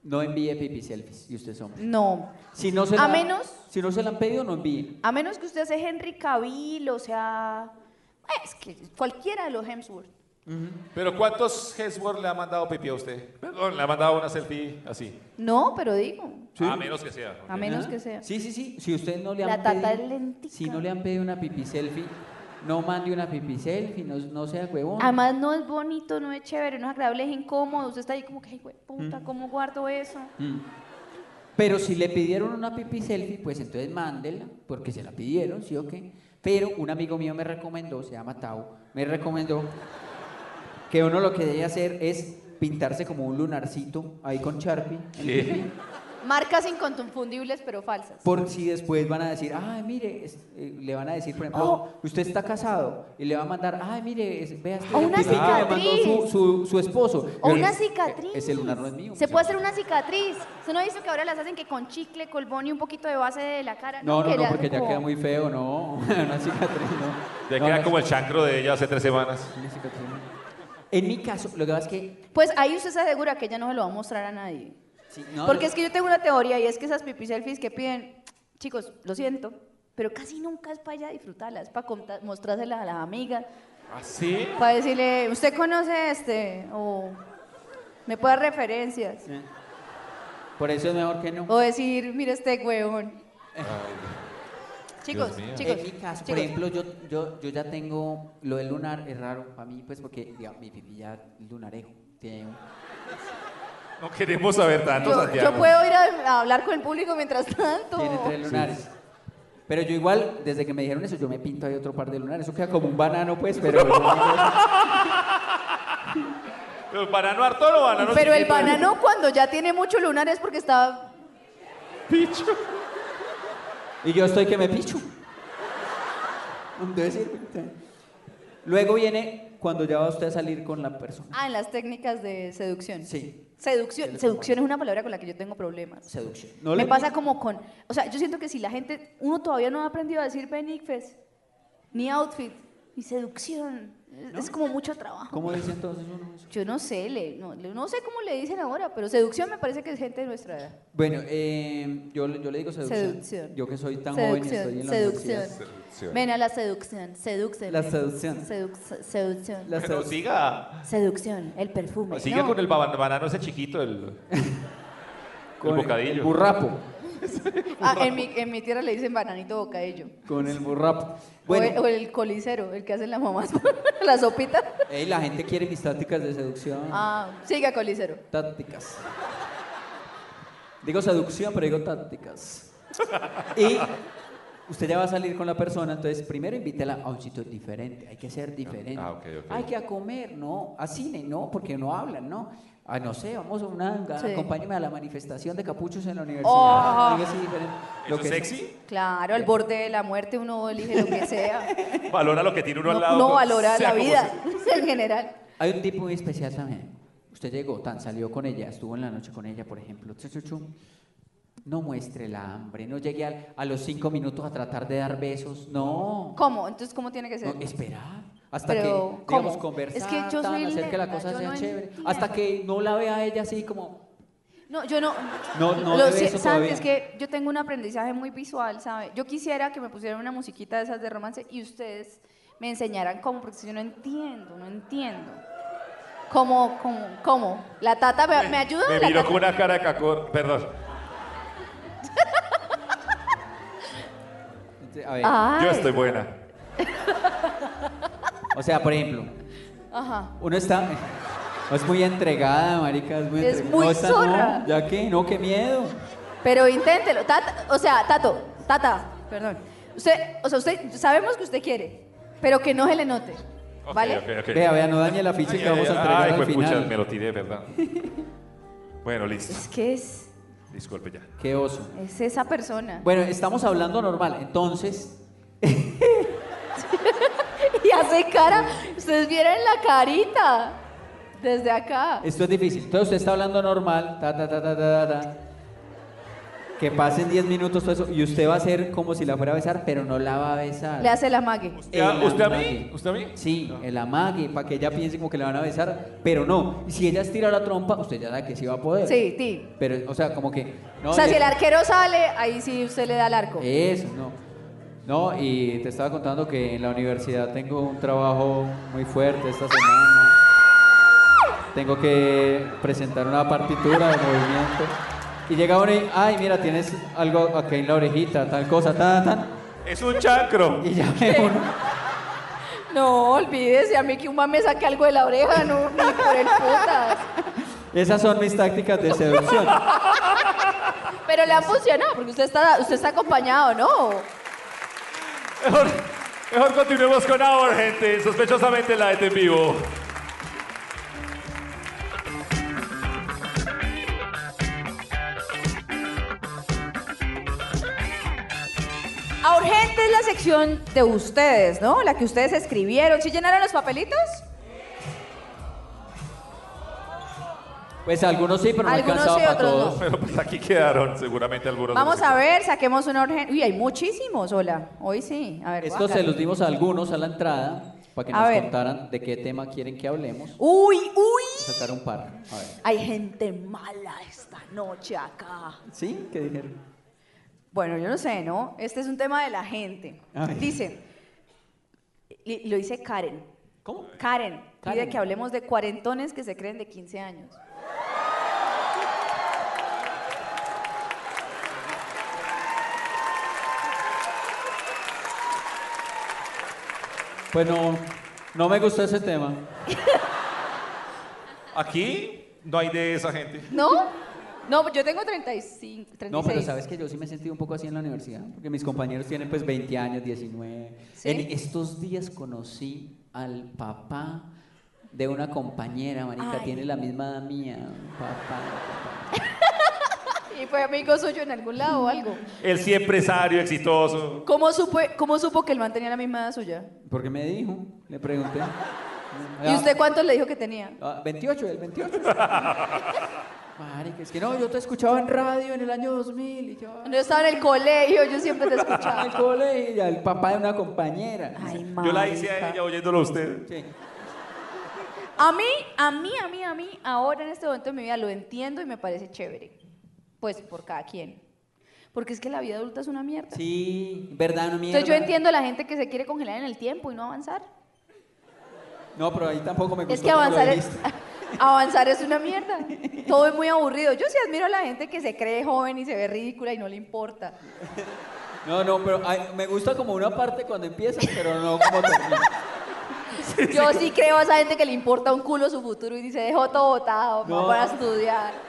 No envíe pipi selfies y usted es hombre.
No,
Si no se
A
la-
menos-
Si no se la han pedido, no envíe.
A menos que usted sea Henry Cavill, o sea, pues, es que cualquiera de los Hemsworth.
Pero ¿cuántos Hesworth le ha mandado Pipi a usted? Perdón, le ha mandado una selfie así.
No, pero digo,
A menos que sea.
Ah.
a menos que sea.
Sí, sí, sí. Si usted no le han
La tata es
pedido,
lentica.
si no le han pedido una pipi selfie, no mande una pipi selfie, no, no sea huevón.
Además no es bonito, no es chévere, no es agradable, es incómodo. Usted está ahí como que, "Ay, güey, puta, ¿cómo guardo eso?
Mm. Pero si le pidieron una pipi selfie, pues entonces mándela, porque se la pidieron, ¿sí o qué? Pero un amigo mío me recomendó, se llama Tao, me recomendó que uno lo que debe hacer es pintarse como un lunarcito ahí con Sharpie. en el
¿Qué?
pipí,
Marcas inconfundibles pero falsas.
Por si después van a decir, ay, mire, es- eh, le van a decir, por ejemplo,
Oh.
usted está casado y le va a mandar, ay, mire, es- vea este
O una
pipí que le mandó su,
cicatriz.
su, su esposo.
O
Yo,
una
eh,
cicatriz.
Ese lunar no es mío.
Se puede hacer una cicatriz. ¿Usted no ha visto que ahora las hacen que con chicle, colbón y un poquito de base de la cara?
No, no,
Que
no,
le
porque
hacen
ya
como-
queda muy feo, no. [LAUGHS] Una cicatriz, no.
Ya
No,
queda
no,
como el chancro de ella hace tres semanas.
una cicatriz, no. En mi caso, lo que pasa es que.
Pues ahí usted se asegura que ella no se lo va a mostrar a nadie.
sí, no,
Porque es que yo tengo una teoría y es que esas pipi selfies que piden, chicos, lo siento, pero casi nunca es para ella disfrutarlas, para conta- mostrárselas a las amigas,
¿Ah, sí?
para decirle, ¿usted conoce este? O me puede dar referencias.
eh, Por eso es mejor que no.
O decir, mira este huevón. Chicos,
Dios mío.
chicos,
en mi caso, por
chicos.
ejemplo, yo, yo, yo ya tengo. Lo del lunar es raro para mí, pues porque digamos, mi pipí ya es lunarejo. Tiene un-
No queremos saber tanto,
yo,
Santiago.
yo puedo ir a, a hablar con el público mientras tanto.
Tiene tres lunares. Pero yo igual, desde que me dijeron eso, yo me pinto ahí otro par de lunares. Eso queda como un banano, pues, pero...
¿El banano hartón o banano
Pero el
chiquito? ¿eh?
banano cuando ya tiene mucho lunar es porque está...
Picho. Y yo estoy que me picho. Debe ser. Luego viene cuando ya va usted a salir con la persona.
Ah, en las técnicas de seducción.
Sí.
Seducción, seducción es una palabra con la que yo tengo problemas.
Seducción.
Me pasa como con... O sea, yo siento que si la gente... Uno todavía no ha aprendido a decir benifes, ni outfit, ni seducción. Es- Es como mucho trabajo.
¿Cómo dice entonces uno eso?
Yo no sé, le- no, le- no sé cómo le dicen ahora, pero seducción me parece que es gente de nuestra edad.
Bueno, eh, yo, le- yo le digo seducción.
Seducción.
Yo que soy tan joven y
Seducción,
estoy en la
seducción.
universidad.
Ven a la seducción, seducción.
La seducción.
Seduc- seducción.
La
Pero siga.
Seducción, el perfume.
Siga
no.
con el ba- banano ese chiquito, el, el
el-
bocadillo.
el burrapo.
Ah, en mi, en mi tierra le dicen bananito bocadillo.
Con el burrapo.
O, el,
Bueno,
o el colicero, el que hacen las mamás, [LAUGHS] la sopita.
ey, la gente quiere mis tácticas de seducción.
Ah, siga colicero.
Tácticas. Digo seducción, pero digo tácticas. Y usted ya va a salir con la persona, entonces primero invítela a un sitio diferente. Hay que ser diferente.
Ah, ok, ok.
Hay que a comer, no. A cine, no, porque no hablan, no. Ah, no sé, vamos a una.
Sí.
Acompáñeme a la manifestación de capuchos en la universidad.
Oh.
Algo así diferente. Lo
¿Eso
que-
sexy?
Claro, al borde de la muerte uno elige lo que
[LAUGHS]
sea.
Valora lo que tiene uno al lado.
No valora
sea
la
como
vida [LAUGHS] en general.
Hay un tipo muy especial también. Usted llegó, tan salió con ella, estuvo en la noche con ella, por ejemplo. Chu, chu, chu. No muestre la hambre, no llegue al- a los cinco minutos a tratar de dar besos. No,
¿Cómo? Entonces, ¿cómo tiene que
no
ser?
esperar. Hasta
Pero,
que,
¿cómo?
digamos, conversar,
Es que yo
tan,
soy
hacer que la
lenta,
cosa
yo
sea
no
chévere.
entiendo.
Hasta que no la vea ella así como...
No, yo no.
No, no
Lo
le
si-
beso
¿saben?
todavía.
Es que yo tengo un aprendizaje muy visual, ¿sabe? Yo quisiera que me pusieran una musiquita de esas de romance y ustedes me enseñaran cómo, porque si yo no entiendo, no entiendo. ¿Cómo, cómo, cómo? La tata me, me ayuda.
Me
la
miró
tata?
con una cara de cacor. Perdón.
A ver.
Ay.
Yo estoy buena.
O sea, por ejemplo,
Ajá.
uno está... [LAUGHS] Es muy entregada, marica, es muy
Es
entregada.
muy
no, esta
zorra.
no, ya que, no, qué miedo.
Pero inténtelo. Tata, o sea, Tato, Tata, perdón. Usted, o sea, usted, sabemos que usted quiere, pero que no se le note. ¿Vale?
Ok, ok, ok.
Vea, vea, no dañe la ficha
Ay,
que vamos a
ay,
entregar
ay,
al
juepucha,
final.
me lo tiré, ¿verdad? Bueno, listo.
Es que es,
Disculpe ya.
Qué oso.
es esa persona.
Bueno, estamos hablando normal, entonces.
[LAUGHS] Y hace cara, ustedes vieron la carita desde acá.
Esto es difícil. Entonces usted está hablando normal, ta, ta, ta, ta, ta, ta, ta. Que pasen 10 minutos todo eso y usted va a hacer como si la fuera a besar, pero no la va a besar.
Le hace el amague.
El
Ah, ¿usted a mí?
amague.
¿Usted a mí?
Sí, el amague, para que ella piense como que la van a besar, pero no. Y si ella estira la trompa, usted ya sabe que sí va a poder.
Sí, sí.
Pero, o sea, como que... No, Eh.
o sea,
le-
si el arquero sale, ahí sí usted le da al arco.
Eso, no. No, y te estaba contando que en la universidad tengo un trabajo muy fuerte esta semana. Tengo que presentar una partitura de movimiento. Y llega uno y, ay, mira, tienes algo acá en la orejita, tal cosa, tan, tan.
Es un chancro.
Y ya me uno.
No, olvídese, a mí que un mame saque algo de la oreja, no, ni por el putas.
Esas son mis tácticas de seducción.
Pero le han funcionado, porque usted está, usted está acompañado, ¿no?
Mejor, mejor continuemos con ahora, gente. Sospechosamente la en vivo.
Urgente es la sección de ustedes, ¿no? La que ustedes escribieron. ¿Sí llenaron los papelitos?
Pues algunos sí, pero no
Algunos
alcanzaba
sí,
para
otros no.
todos.
Pero pues aquí quedaron seguramente algunos.
Vamos a ver, saquemos una urgente. Uy, hay muchísimos, hola. Hoy sí. A ver, voy a
Esto se
sacar.
los dimos a algunos a la entrada para que
A
nos
ver.
contaran de qué tema quieren que hablemos.
Uy, uy.
Sacar un par. A ver.
Hay gente mala esta noche acá.
¿Sí? ¿Qué dijeron?
Bueno, yo no sé, ¿no? Este es un tema de la gente.
Ay.
Dice, li- lo dice Karen.
¿Cómo?
Karen,
Karen.
pide que hablemos de cuarentones que se creen de 15 años.
Pues no, no me gustó ese tema.
Aquí no hay de esa gente.
¿No? No, yo tengo 35, 36.
No, pero sabes que yo sí me he sentido un poco así en la universidad, porque mis compañeros tienen pues 20 años, 19.
¿Sí?
En estos días conocí al papá de una compañera, marica.
Ay.
Tiene la misma edad mía, papá.
Y fue amigo suyo en algún lado o algo.
Él sí empresario, exitoso.
¿Cómo, supo, ¿Cómo supo que el man tenía la misma edad suya?
¿Por qué me dijo? Le pregunté.
¿Y usted cuántos le dijo que tenía?
Ah, 28, el 28. Marica, es que no, yo te escuchaba en radio en el año 2000 y yo... ah,
Yo estaba en el colegio, yo siempre te escuchaba.
[LAUGHS] En el colegio, el papá de una compañera.
Yo la hice a ella oyéndolo a usted.
A mí, a mí, a mí, a mí, ahora en este momento de mi vida lo entiendo y me parece chévere. Pues por cada quien. Porque es que la vida adulta es una mierda.
Sí, verdad, no mierda.
Entonces yo entiendo a la gente que se quiere congelar en el tiempo y no avanzar.
No, pero ahí tampoco me gustó
Es que
cómo Pues lo
avanzar es,
dijiste.
[LAUGHS] avanzar es una mierda. Todo es muy aburrido. Yo sí admiro a la gente que se cree joven y se ve ridícula y no le importa.
No, no, pero ay, me gusta como una parte cuando empiezas, pero no como termina.
[LAUGHS] Yo sí creo a esa gente que le importa un culo su futuro y dice, dejo todo botado me voy
No.
para estudiar.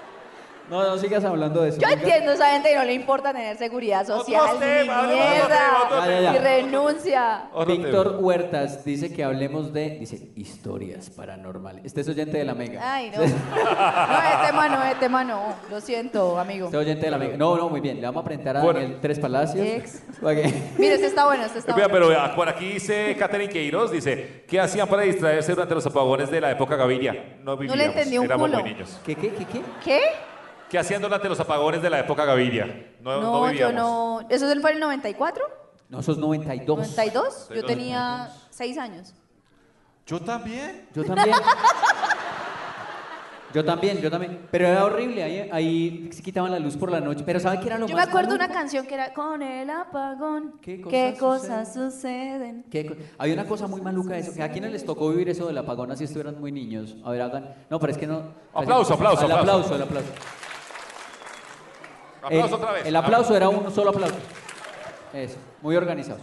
No, no sigas hablando de eso.
Yo
venga.
entiendo a esa gente que no le importa tener seguridad social, ni
temas, hablemos de otros temas,
mierda,
otros Ya, ya,
y
ya.
renuncia.
Víctor Huertas dice que hablemos de, dice, historias paranormales. Este es oyente de la mega.
Ay, no. No, este mano, este mano. Lo siento, amigo.
Este oyente de la mega. No, no, muy bien. Le vamos a presentar a
Bueno.
Daniel Tres Palacios.
Ex.
Ok.
Mire, este está bueno, este está
Vea,
bueno.
pero vea, por aquí dice Catherine Queiroz, dice, ¿qué hacían para distraerse durante los apagones de la época Gaviria? No vivíamos,
entendí un
éramos
culo.
muy niños.
¿Qué, qué, qué, qué?
¿Qué?
¿Qué hacían durante los apagones de la época Gaviria? No, no,
No, yo
vivíamos.
no. ¿Eso fue en el 94?
No, sos 92.
¿92? Yo tenía 6 años.
Yo también.
Yo también. Yo también, yo también. Pero era horrible, ahí, ahí se quitaban la luz por la noche. Pero ¿sabe qué era lo
Yo me
más
acuerdo
maluco?
una canción que era Con el apagón, ¿qué
cosas
cosas, suceden?
¿Qué co- Hay una cosa muy maluca de eso. que ¿A quiénes les tocó vivir eso del apagón así estuvieran muy niños? A ver, hagan. No, pero es que no.
Aplauso, aplauso,
El
aplauso.
aplauso, el aplauso.
Aplauso
El-
otra vez.
El aplauso era un solo aplauso. Eso, muy organizado.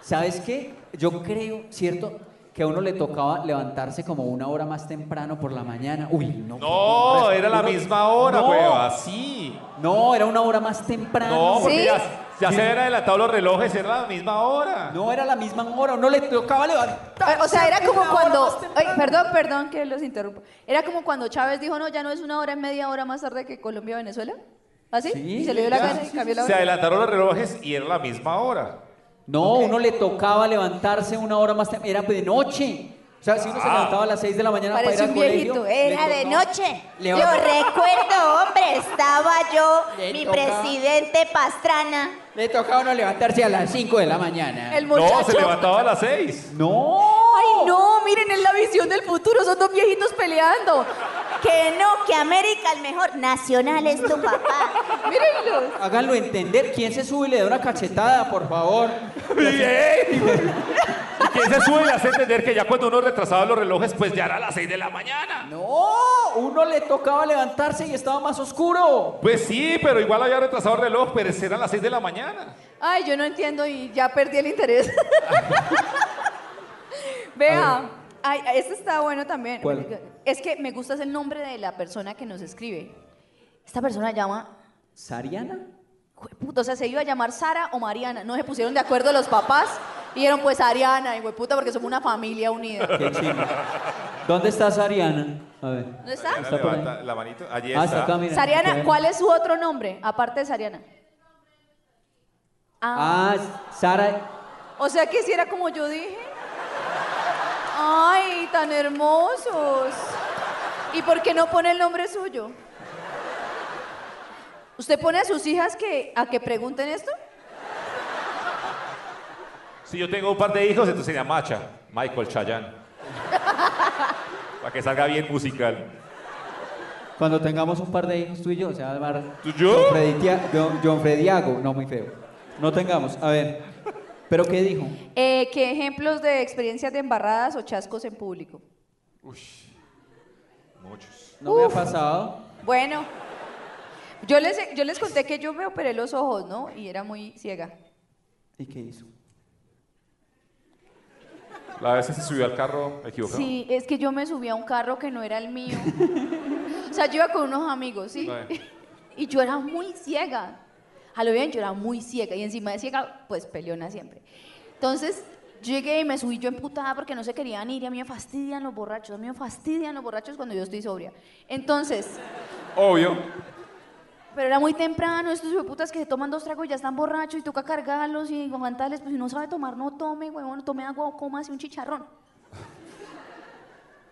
¿Sabes qué? Yo creo, ¿cierto? Que a uno le tocaba levantarse como una hora más temprano por la mañana. Uy, no.
No, era la
Uno-
misma hora,
No.
hueva, sí.
No, era una hora más temprano.
No, porque ya, ya se habían adelantado los relojes, era la misma hora.
No, era la misma hora, uno le tocaba levantar.
Ah, O sea, era como cuando. Ay, perdón, perdón que los interrumpo. Era como cuando Chávez dijo, no, ya no es una hora, es media hora más tarde que Colombia o Venezuela. ¿Así? y se le dio la
Ya.
gana y cambió la
Se
hora.
adelantaron los relojes y era la misma hora.
No, uno le tocaba levantarse una hora más temprano. Era de noche. O sea, si uno se
Ah.
levantaba a las 6 de la mañana
Parece
para ir
un
al
viejito.
colegio. le
Era de
tocaba-
noche.
Le
Yo
tocaba-
recuerdo, hombre, estaba yo,
Le
mi
tocaba.
presidente Pastrana.
Le tocaba a uno levantarse a las 5 de la mañana.
El muchacho.
No, se levantaba a las seis.
No.
Ay, no, miren, es la visión del futuro. Son dos viejitos peleando.
Que no, que América el mejor. Nacional es tu papá.
Mírenlos.
Háganlo entender. ¿Quién se sube y le da una cachetada, por favor?
[LAUGHS] Bien. Y que se sube y hace entender que ya cuando uno retrasaba los relojes, pues ya era a las 6 de la mañana.
No, uno le tocaba levantarse y estaba más oscuro.
Pues sí, pero igual había retrasado el reloj, pero ese era a las 6 de la mañana.
Ay, yo no entiendo y ya perdí el
[LAUGHS]
interés.
A ver.
Vea, ay, este está bueno también.
¿Cuál?
Es que me gusta es el nombre de la persona que nos escribe. Esta persona llama,
¿Sariana?
jueputa, o sea, se iba a llamar Sara o Mariana. No se pusieron de acuerdo los papás y dijeron, pues Ariana, y hueputa, porque somos una familia unida.
Qué chingo. ¿Dónde está Sariana? A ver.
¿No está?
Ariana
Está por ahí.
levanta la manito. Allí
Ah, está
está.
acá, [LAUGHS] mira.
Sariana,
Ok.
¿cuál es su otro nombre? Aparte de Sariana.
Ah, Sara.
O sea que si era como yo dije. Ay, tan hermosos. ¿Y por qué no pone el nombre suyo? ¿Usted pone a sus hijas que, a que pregunten esto?
Si yo tengo un par de hijos, entonces sería Macha, Michael Chayan.
[LAUGHS]
Para que salga bien musical.
Cuando tengamos un par de hijos tú y yo, se va a llamar.
¿Tú yo?
John Freddy Tia- John- John Frediago. No, muy feo. No tengamos. A ver. ¿Pero qué dijo?
Eh, ¿Qué ejemplos de experiencias de embarradas o chascos en público?
Muchos.
No me ha pasado.
Bueno, yo les, yo les conté que yo me operé los ojos, ¿no? Y era muy ciega.
¿Y qué hizo?
La vez que se subió al carro equivocado.
Sí, es que yo me subí a un carro que no era el mío. o sea, yo iba con unos amigos, ¿sí?
Ay.
[LAUGHS] Y yo era muy ciega. A lo bien, yo era muy ciega. Y encima de ciega, pues peleona siempre. Entonces, Yo llegué y me subí yo emputada porque no se querían ir. Y a mí me fastidian los borrachos. A mí me fastidian los borrachos cuando yo estoy sobria. Entonces,
Obvio.
pero era muy temprano. Estos putas que se toman dos tragos y ya están borrachos y toca cargarlos y aguantarles. Pues si no sabe tomar, no tome, huevón. Tome agua o coma así un chicharrón.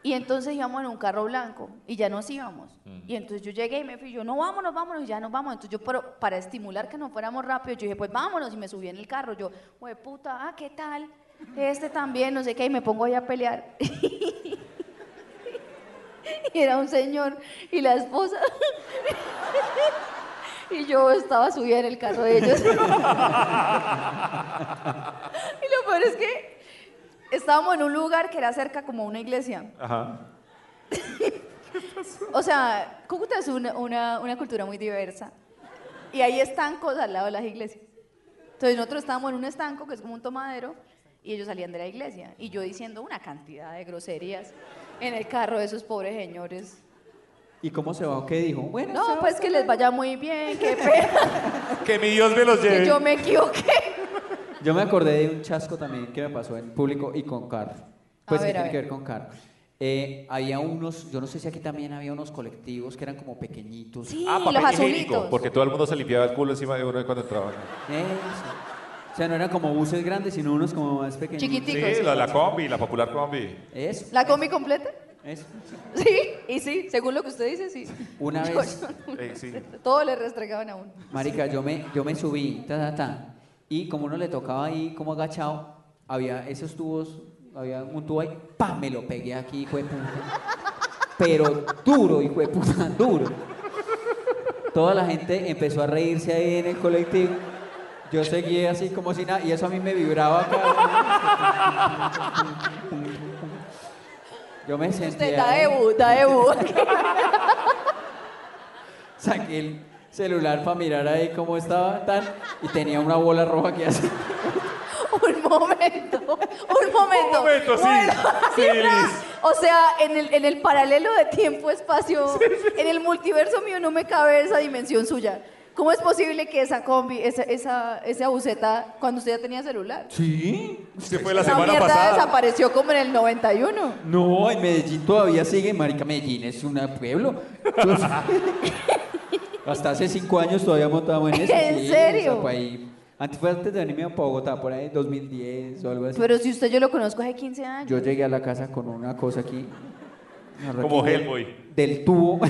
Y entonces íbamos en un carro blanco y ya nos íbamos. Y entonces yo llegué y me fui, yo no vámonos, vámonos, y ya nos vamos. Entonces yo, pero para estimular que nos fuéramos rápido, yo dije, pues vámonos, y me subí en el carro. Yo, güey, puta, ah, ¿qué tal? Este también, no sé qué, y me pongo ahí a pelear. [LAUGHS] y era un señor y la esposa. y yo estaba subida en el carro de [LAUGHS] ellos. y lo peor es que estábamos en un lugar que era cerca como a una iglesia.
Ajá.
O sea, Cúcuta es una, una- una cultura muy diversa. Y hay estancos al lado de las iglesias. Entonces nosotros estábamos en un estanco que es como un tomadero y ellos salían de la iglesia. Y yo diciendo una cantidad de groserías en el carro de esos pobres señores.
¿Y cómo se va? ¿O ¿Qué dijo? Bueno,
No, pues que les vaya muy bien, qué pena,
Que mi Dios me los
que
lleve.
yo me equivoqué.
Yo me acordé de un chasco también que me pasó en público y con carro. Pues
A
que
ver, a
tiene que
ver.
ver con carro. Eh, había unos, yo no sé si aquí también había unos colectivos que eran como pequeñitos.
Sí, Ah, los papel higiénico, azulitos.
Porque todo el mundo se limpiaba el culo encima de uno cuando entraba.
Eso. O sea, no eran como buses grandes, sino unos como más pequeños.
Chiquiticos.
Sí, la, la combi, la popular combi.
Eso,
¿La combi completa? [LAUGHS]
eso.
Sí, y sí, según lo que usted dice, sí.
Una
Yo-
vez-
Eh, sí.
[LAUGHS] Todo le restregaban a uno.
Marica, yo me, yo me subí, ta, ta, ta. Y como uno le tocaba ahí, como agachado, había esos tubos, había un tubo ahí, ¡pam! Me lo pegué aquí, hijo de puta. Pero duro, hijo de puta, [LAUGHS] duro. Toda la gente empezó a reírse ahí en el colectivo. Yo seguí así como si nada, y eso a mí me vibraba acá. Yo me sentía...
Usted da ebu, da ebu.
saqué el celular para mirar ahí cómo estaba tan y tenía una bola roja que así.
[LAUGHS] Un momento, un momento.
Un momento, sí.
sí,
Sí,
no.
Liz.
O sea, en el, en el paralelo de tiempo-espacio, en el multiverso mío no me cabe esa dimensión suya. ¿Cómo es posible que esa combi, esa, esa, esa buseta, cuando usted ya tenía celular?
Sí,
se fue la
esa
semana
mierda
pasada.
desapareció como en el 91.
No, en Medellín todavía sigue, marica, Medellín es un pueblo.
[LAUGHS]
Hasta hace cinco años todavía montábamos en eso.
¿En
sí,
serio?
esa fue ahí. Antes fue antes de venirme a Bogotá, por ahí 2010 o algo así.
Pero si usted yo lo conozco hace 15 años.
Yo llegué a la casa con una cosa aquí. una
Como
raquilla
Hellboy. [LAUGHS]
Del tubo.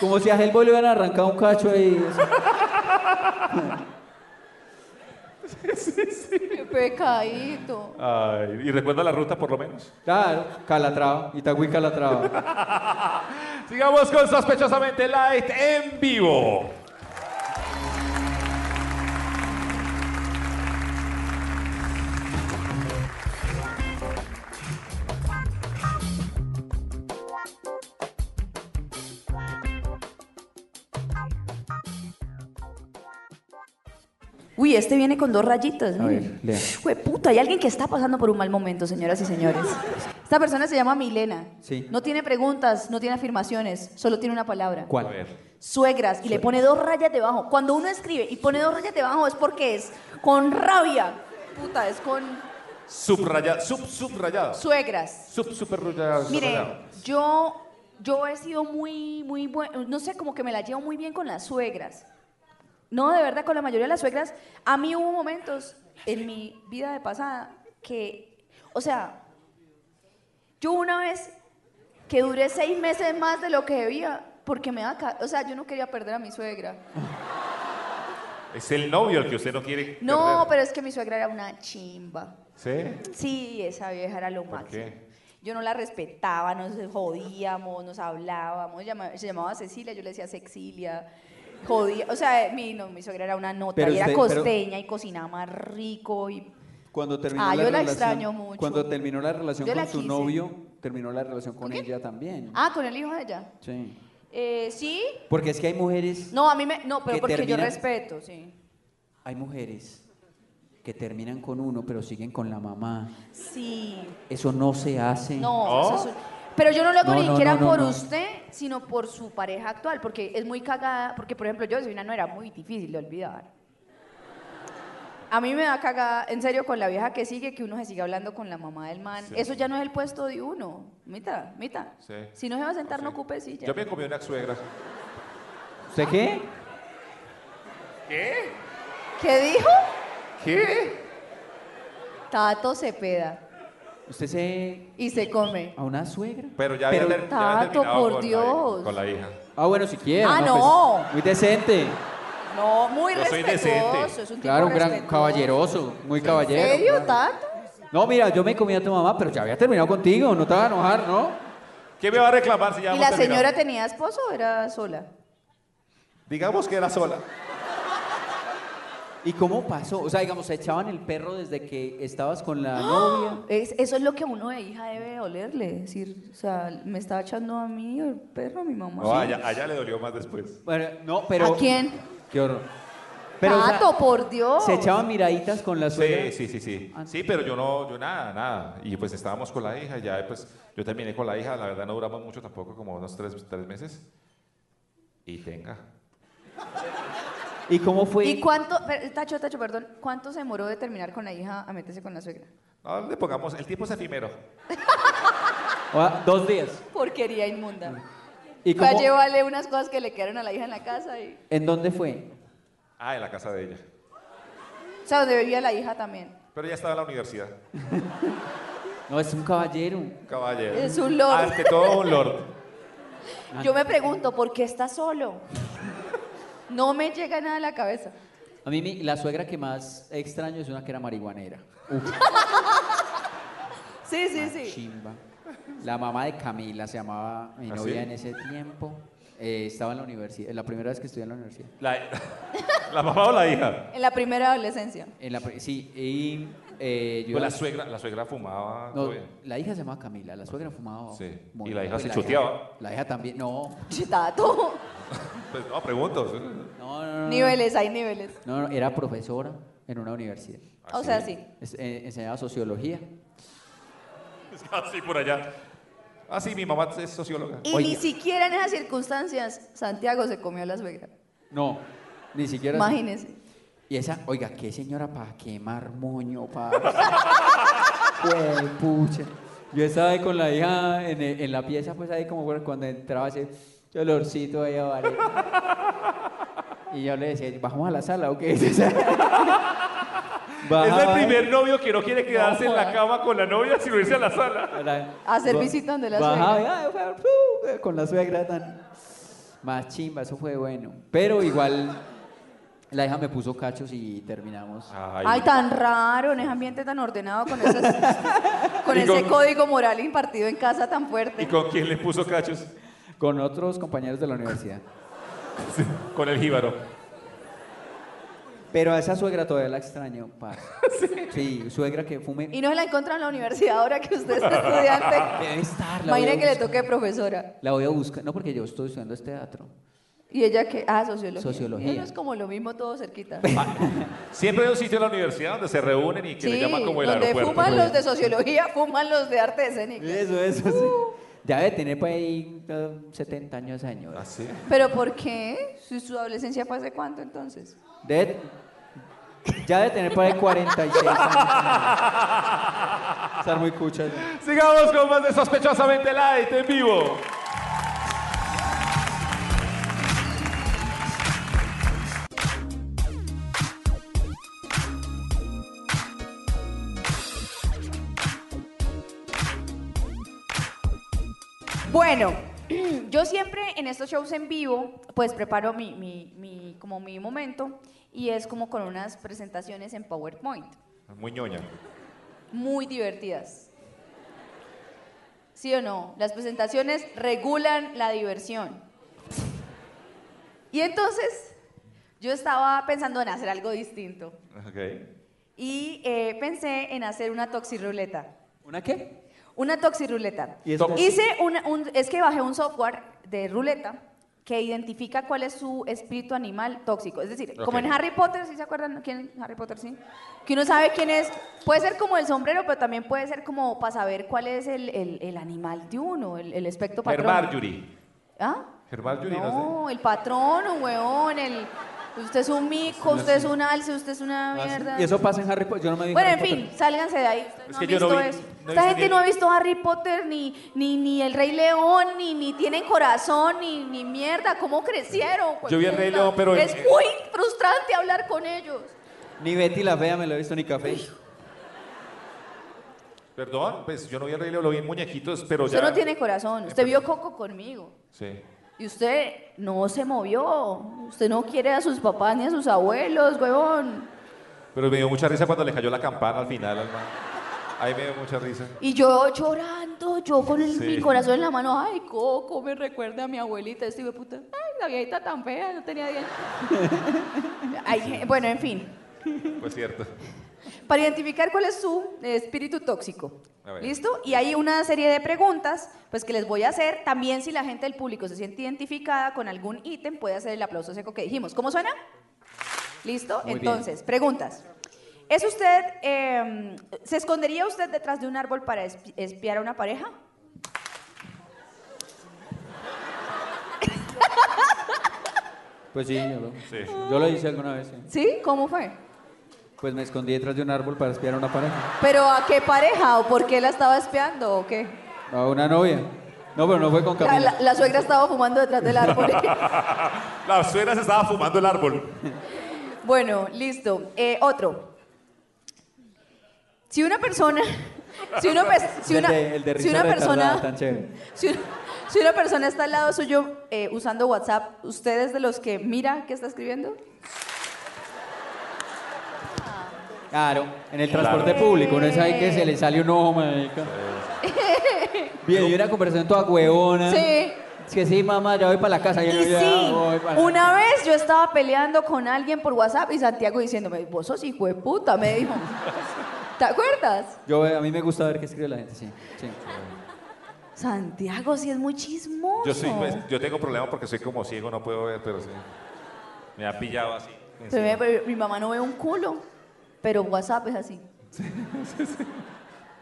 Como si a Hellboy le hubieran arrancado un cacho ahí. eso.
Qué pecadito.
Ay, ¿Y recuerda la ruta por lo menos?
Claro, Calatrava, Itagüí Calatrava.
Sigamos con Sospechosamente Light en vivo.
Uy, este viene con dos rayitas.
A ver, lea.
puta, hay alguien que está pasando por un mal momento, señoras y señores. Esta persona se llama Milena.
Sí.
No tiene preguntas, no tiene afirmaciones, solo tiene una palabra.
¿Cuál?
Suegras, y le pone dos rayas debajo. Cuando uno escribe y pone dos rayas debajo es porque es con rabia. Puta, es con
Subrayado, sub, subrayado.
suegras.
Sub, superrayado.
Mire, yo, yo he sido muy, muy bueno, no sé, como que me la llevo muy bien con las suegras. No, de verdad, con la mayoría de las suegras. A mí hubo momentos en mi vida de pasada que, o sea, yo una vez que duré seis meses más de lo que debía, porque me da, ca- o sea, yo no quería perder a mi suegra.
Es el novio el que usted no quiere.
No, pero es que mi suegra era una chimba.
perder. ¿Sí?
Sí, esa vieja era lo
¿Por
máximo.
qué?
Yo no la respetaba, nos jodíamos, nos hablábamos. llama- se llamaba Cecilia, yo le decía Cecilia. Jodía, o sea, eh, mi, no, mi suegra era una nota
Pero
y era
usted- pero-
costeña y cocinaba más rico. Y,
Cuando terminó
Ah,
la
yo la
relación,
extraño mucho.
Cuando terminó la relación
Yo la
con su
quise.
novio, terminó la relación con ella también.
ah, con el hijo de ella.
Sí.
Eh, sí,
Porque es que hay mujeres,
no, a mí me. No, pero
Que
porque yo
termina-
respeto, sí.
hay mujeres que terminan con uno pero siguen con la mamá.
Sí.
Eso no se hace.
No, eso es- pero yo no lo hago
No,
ni
no,
siquiera
no, no,
por
no.
usted, sino por su pareja actual, porque es muy cagada, porque por ejemplo yo soy una nuera muy difícil de olvidar. A mí me da cagada, en serio, con la vieja que sigue, que uno se sigue hablando con la mamá del man.
Sí.
Eso ya no es el puesto de uno. Mita, mita.
Sí.
Si no se va a sentar, no ocupe silla.
Yo me comí una suegra.
¿Usted qué?
¿Qué?
¿Qué dijo?
¿Qué?
Tato se peda
¿Usted se...
y se come.
a una suegra?
Pero ya había, ter- ya había
Tato,
terminado
por
con, La,
Dios.
hija- con la hija.
Ah, bueno, si quiere.
Ah,
pues, muy decente.
No, muy
Yo soy
respetuoso.
decente.
Es un tipo
Claro, un gran
respetuoso.
caballeroso. Muy caballero.
¿En serio,
claro.
Tato?
No, mira, yo me comí a tu mamá, pero ya había terminado contigo. No te vas a enojar, ¿no?
¿Quién me va a reclamar si ya
¿Y
hemos
la
terminado?
señora tenía esposo o era sola?
Digamos que era sola.
¿Y cómo pasó? O sea, digamos, se echaban el perro desde que estabas con
¡Ah!
la novia.
Es- eso es lo que uno de hija debe olerle. Decir, o sea, me estaba echando a mí el perro, a mi mamá.
No, allá, allá le dolió más después.
Bueno, no, pero...
¿A quién? Ah,
Qué horror. Pero, o sea,
Tato, por Dios.
se echaban miraditas con la suegra.
Sí, sí, sí, sí. Sí, pero yo no, yo nada, nada. Y pues estábamos con la hija, ya pues yo terminé con la hija, la verdad no duramos mucho tampoco, como unos tres, tres meses. Y tenga.
¿Y cómo fue?
¿Y cuánto, per- Tacho, Tacho, perdón, cuánto se demoró de terminar con la hija a meterse con la suegra?
No le pongamos, el tiempo es efímero.
Ah, Dos días.
Porquería inmunda.
Mm. ¿Y
Fue a
cómo-
llevarle unas cosas que le quedaron a la hija en la casa. Y...
¿En dónde fue?
Ah, en la casa de ella.
O sea, donde vivía la hija también.
Pero ya estaba en la universidad.
No, es un caballero.
Caballero.
Es un lord.
Ante todo un lord.
Ah,
Yo me pregunto, ¿por qué está solo? No me llega nada a la cabeza.
A mí mi- la suegra que más extraño es una que era marihuanera. Uf,
Sí,
Ah,
sí, sí.
chimba. La mamá de Camila se llamaba mi
¿Ah,
novia
sí?
en ese tiempo. Eh, estaba en la universidad, la primera vez que estudié en la universidad.
La, la mamá o la hija.
En la primera adolescencia.
En la pri- sí, y eh, yo
Pues
iba-
la suegra, la suegra fumaba.
No,
todo Ah, bien.
la hija se llamaba Camila, la suegra fumaba.
Sí.
muy
Y la hija
poco,
se chuteaba.
la hija también, no.
Chitato.
Pues no, pregunto.
No, no, no, no.
Niveles, hay niveles.
No, no, era profesora en una universidad.
O sea, sí.
Es- eh, enseñaba sociología.
[LAUGHS] Es así por allá. Ah, sí, mi mamá es socióloga.
Y ni siquiera en esas circunstancias Santiago se comió a la suegra.
No, ni siquiera.
Imagínense.
Y esa, oiga, qué señora para quemar moño,
[LAUGHS]
para. Pues, pucha. Yo estaba ahí con la hija en, e- en la pieza, pues ahí como cuando entraba ese olorcito ahí
[LAUGHS]
a vareta. Y yo le decía, ¿bajamos a la sala o qué? [LAUGHS]
Es
Bajaba
el
ahí.
primer novio que no quiere quedarse en la cama con la novia, sino irse a la sala.
Era-
Hacer
ba-
visita donde la
bajaba,
suegra.
y, "Ay, fue- uh", con la suegra tan. Más chimba, eso fue bueno. Pero igual, la hija me puso cachos y terminamos.
Ay, tan raro, en ese ambiente tan ordenado, con, esas- con
Y
ese
con-
código moral impartido en casa tan fuerte.
¿Y con quién le puso cachos?
Con otros compañeros de la universidad.
Con el jíbaro.
Pero a esa suegra todavía la extraño, parce. [LAUGHS] ¿Sí? suegra que fume.
Y no se la encuentran en la universidad ahora que usted es estudiante.
Debe estar, la voy, a
Imagina que le
buscar.
toque profesora.
la voy a buscar. No, porque yo estoy estudiando es teatro.
Y ella que. Ah, sociología.
Sociología.
Eso es como lo mismo todo cerquita.
Siempre hay un sitio en la universidad donde se reúnen y que le llaman como el
donde
aeropuerto.
fuman los de sociología, fuman los de arte escénica.
Eso, eso, sí. Uh. Ya debe tener pues ahí eh, 70 años, señora.
¿Ah, sí?
¿Pero por qué? ¿Su, su adolescencia fue hace cuánto entonces?
Debe- ya debe tener por ahí 46 años. Estar muy cucha.
Sigamos con más de Sospechosamente Light en vivo.
Bueno, [CLEARS THROAT] yo siempre en estos shows en vivo, pues preparo mi, mi- mi- como mi momento y es como con unas presentaciones en PowerPoint,
Muy ñoña.
muy divertidas. ¿Sí o no? Las presentaciones regulan la diversión. Y entonces, yo estaba pensando en hacer algo distinto
Ok.
y eh, pensé en hacer una toxiruleta.
¿Una qué?
Una toxiruleta.
¿Y eso qué es?
Hice una- un, es que bajé un software de ruleta que identifica cuál es su espíritu animal tóxico. Es decir, como
Ok.
en Harry Potter, ¿sí se acuerdan quién es Harry Potter? Sí. Que uno sabe quién es. Puede ser como el sombrero, pero también puede ser como para saber cuál es el, el- el animal de uno, el, el espectro patrón.
Herbar Yuri.
¿Ah?
Herbar Yuri, no,
No, el patrón, un huevón, el, Usted es un mico, usted es un alce, usted es una
Ah, sí.
mierda.
Y eso pasa en Harry Potter. Yo no me vi
Bueno, en
Harry
fin,
Potter.
sálganse de ahí. Ustedes
Es
no
que
han
yo no
visto
vi-
eso.
no he
Esta
visto
gente
ni-
no ha visto Harry Potter, ni, ni, ni El Rey León, ni, ni tienen corazón, ni, ni mierda. ¿Cómo crecieron?
Yo vi El Rey León, pero en- eh,
Es muy frustrante hablar con ellos.
Ni Betty la Fea me lo he visto ni café.
Perdón, pues yo no vi el Rey León, lo vi en muñequitos, pero
Usted
ya.
no tiene corazón. Usted vio Coco conmigo.
Sí.
Y usted no se movió. Usted no quiere a sus papás ni a sus abuelos, huevón.
Pero me dio mucha risa cuando le cayó la campana al final, al man. Ahí me dio mucha risa.
Y yo llorando, yo con el-
Sí.
mi corazón en la mano, ay, Coco, me recuerda a mi abuelita, este hijo de puta, ay, la viejita tan fea, no tenía
[LAUGHS]
bien. Ay, je- bueno, en fin,
Pues cierto.
para identificar cuál es su eh, espíritu tóxico.
A ver.
¿Listo? Y hay una serie de preguntas, pues que les voy a hacer. También si la gente del público se siente identificada con algún ítem, puede hacer el aplauso seco que dijimos. ¿Cómo suena? ¿Listo?
Muy bien.
Entonces, preguntas. ¿Es usted, eh, se escondería usted detrás de un árbol para espi- espiar a una pareja?
Pues sí, yo lo,
Sí.
yo lo hice alguna vez. sí.
¿Sí? ¿Cómo fue?
Pues me escondí detrás de un árbol para espiar a una pareja.
¿Pero a qué pareja o por qué la estaba espiando o qué?
A una novia. No, pero no fue con
La,
Camila.
la- la suegra estaba fumando detrás del árbol.
[LAUGHS]
[LAUGHS]
La suegra se estaba fumando el árbol.
bueno, listo. Eh, otro. Si una persona, [LAUGHS] si una, pe- si
El
una-
de- el de
si
risa
una
retardada,
persona,
tan chévere.
[LAUGHS] si una, si una persona está al lado suyo eh, usando WhatsApp, ¿usted es de los que mira qué está escribiendo?
Claro, en el transporte público. Uno sabe que se le sale un
[LAUGHS]
ojo, marica. Bien, y una conversación toda huevona.
Sí.
Es que Ah. sí, mamá, ya voy para la casa. ya-
Y
ya
sí,
voy para la-
una vez yo estaba peleando con alguien por WhatsApp y Santiago diciéndome, vos sos hijo de puta, me dijo. [LAUGHS] ¿Te acuerdas?
Yo, a mí me gusta ver qué escribe la gente, sí. sí.
Santiago sí es muy chismoso.
Yo, soy, pues, yo tengo problemas porque soy como ciego, no puedo ver, pero sí. Me ha pillado así.
Pero mi- pero mi mamá no ve un culo, pero WhatsApp es así.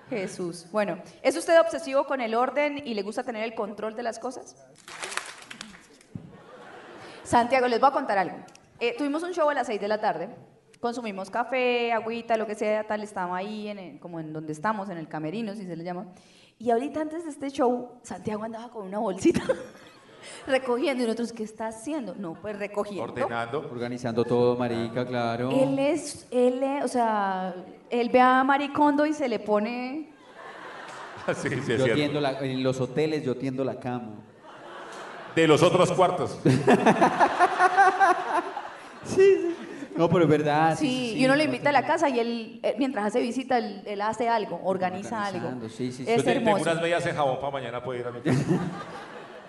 Jesús. Bueno, ¿es usted obsesivo con el orden y le gusta tener el control de las cosas? Santiago, les voy a contar algo. Eh, tuvimos un show a las 6 de la tarde. Consumimos café, agüita, lo que sea, tal. Estaba ahí, en el- como en donde estamos, en el camerino, si se le llama. Y ahorita antes de este show, Santiago andaba con una bolsita [LAUGHS] recogiendo. Y nosotros, ¿qué está haciendo? No, pues recogiendo.
Organizando todo, marica, claro.
Él es, él es- o sea, él ve a Maricondo y se le pone.
[LAUGHS] sí, sí, es
yo
cierto.
tiendo la- en los hoteles yo tiendo la cama.
De los otros cuartos.
No, pero es verdad.
sí, y uno le invita a la casa y él, eh, mientras hace visita, él, él hace algo, organiza algo.
Organizando, sí, sí, sí.
Es
yo te- tengo
hermoso.
unas medias en jabón para mañana poder ir a mi casa.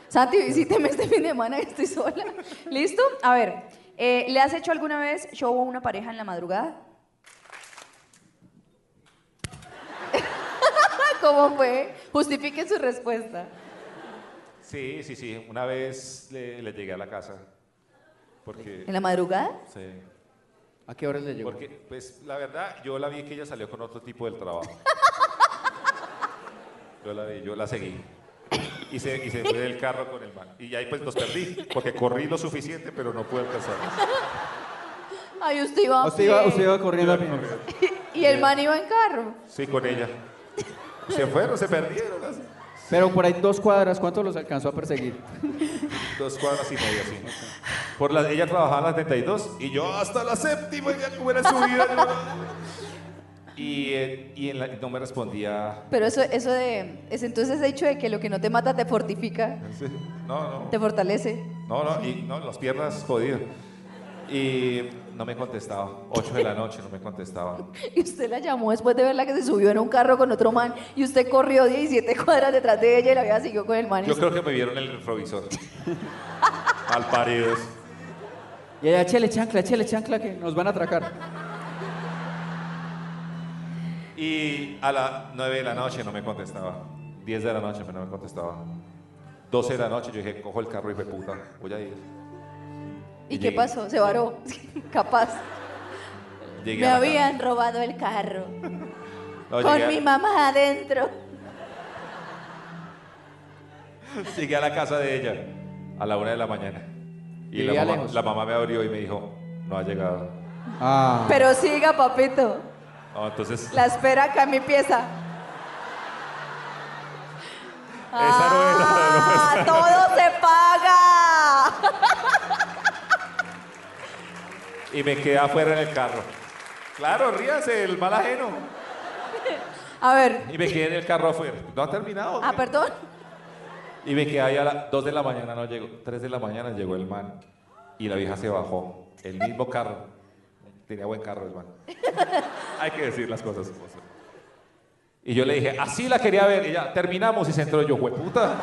Santi, visíteme este fin de semana que estoy sola. [LAUGHS] ¿Listo? A ver, eh, ¿le has hecho alguna vez show a una pareja en la madrugada? [LAUGHS] ¿Cómo fue? Justifique su respuesta.
Sí, sí, sí. Una vez le, le llegué a la casa. Porque,
¿En la madrugada?
Sí.
¿A qué horas le llegó?
Porque, pues, la verdad, yo la vi que ella salió con otro tipo del trabajo. Yo la vi, yo la seguí. Y se, y se fue del carro con el man. Y ahí, pues, nos perdí. Porque corrí lo suficiente, pero no pude alcanzar.
Ay, usted iba, a
Ah, Usted iba,
pie.
usted iba corriendo a pie.
Y el man iba en carro.
Sí, con ella. Se fueron, se perdieron. las-
Pero por ahí dos cuadras, ¿cuánto los alcanzó a perseguir?
Dos cuadras y media, sí. Por la, ella trabajaba en las 32 y yo hasta la séptima, ya como era subida. yo- Y, eh, y en la- no me respondía.
Pero eso, eso de. Es entonces el hecho de que lo que no te mata te fortifica,
Sí, No, no.
te fortalece. [LAUGHS]
No, no, y no, las piernas jodidas. Y no me contestaba. 8 de la noche no me contestaba.
Y usted la llamó después de verla que se subió en un carro con otro man y usted corrió 17 [LAUGHS] cuadras detrás de ella y la había siguió con el man.
Yo creo que me vieron en el retrovisor. Al paridos.
Y allá, chele chancla, chele chancla, que nos van a atracar.
Y a las 9 de la noche no me contestaba. 10 de la noche no me contestaba. 12 de la noche yo dije, cojo el carro y fue puta, voy a ir.
¿Y qué pasó? Se varó. [LAUGHS] Capaz.
Llegué
Me
a la
habían robado el carro.
casa. No,
Con
llegué, a-
mi mamá adentro.
llegué a la casa de ella a la 1 de la mañana. Y la
Vivía
mamá,
lejos.
la mamá me abrió y me dijo, No ha llegado.
Ah.
Pero siga, papito.
No, entonces,
La espera acá en mi pieza.
esa no era la [LAUGHS]
¡Ah, todo se paga!
Y me quedé afuera en el carro. Claro, ríase, el mal ajeno.
A ver.
Y me quedé en el carro afuera. No ha terminado. pues.
Ah, perdón.
Y me quedé ahí a las 2 de la mañana, no llegó. 3 de la mañana llegó el man. Y la vieja se bajó. El mismo carro. Tenía buen carro el man. [LAUGHS] Hay que decir las cosas. como son. Y yo le dije, así la quería ver. Y ya, terminamos y se entró yo, hueputa.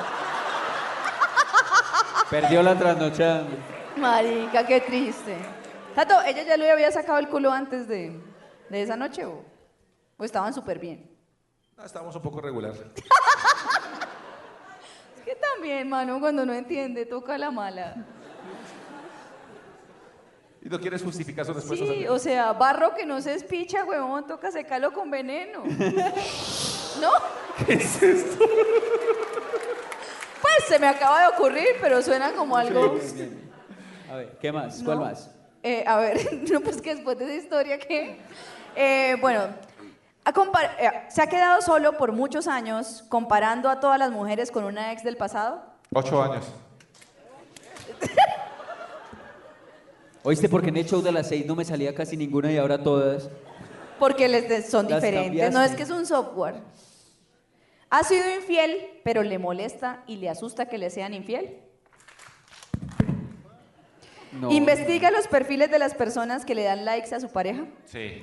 Perdió la trasnochada.
Marica, qué triste. Tato, ¿ella ya le había sacado el culo antes de, de esa noche o, o estaban súper bien?
No, estábamos un poco regular.
Es que también, mano, cuando no entiende, toca la mala.
¿Y no quieres justificar su respuesta?
Sí,
Sandra?
o sea, barro que no se espicha, huevón, toca secarlo con
[LAUGHS]
veneno. ¿No?
¿Qué es esto?
Pues se me acaba de ocurrir, pero suena como algo...
A ver, ¿qué más? ¿Cuál
No.
más?
Eh, a ver, [LAUGHS] no, pues que después de esa historia, ¿qué? Eh, bueno, a compar- eh, ¿se ha quedado solo por muchos años comparando a todas las mujeres con una ex del pasado?
Ocho años.
¿Oíste por qué en el show de las seis no me salía casi ninguna y ahora todas?
Porque les de- son
Las
diferentes, no
cambiaste.
es que es un software. ¿Ha sido infiel, pero le molesta y le asusta que le sean infiel?
No.
¿Investiga los perfiles de las personas que le dan likes a su pareja?
Sí.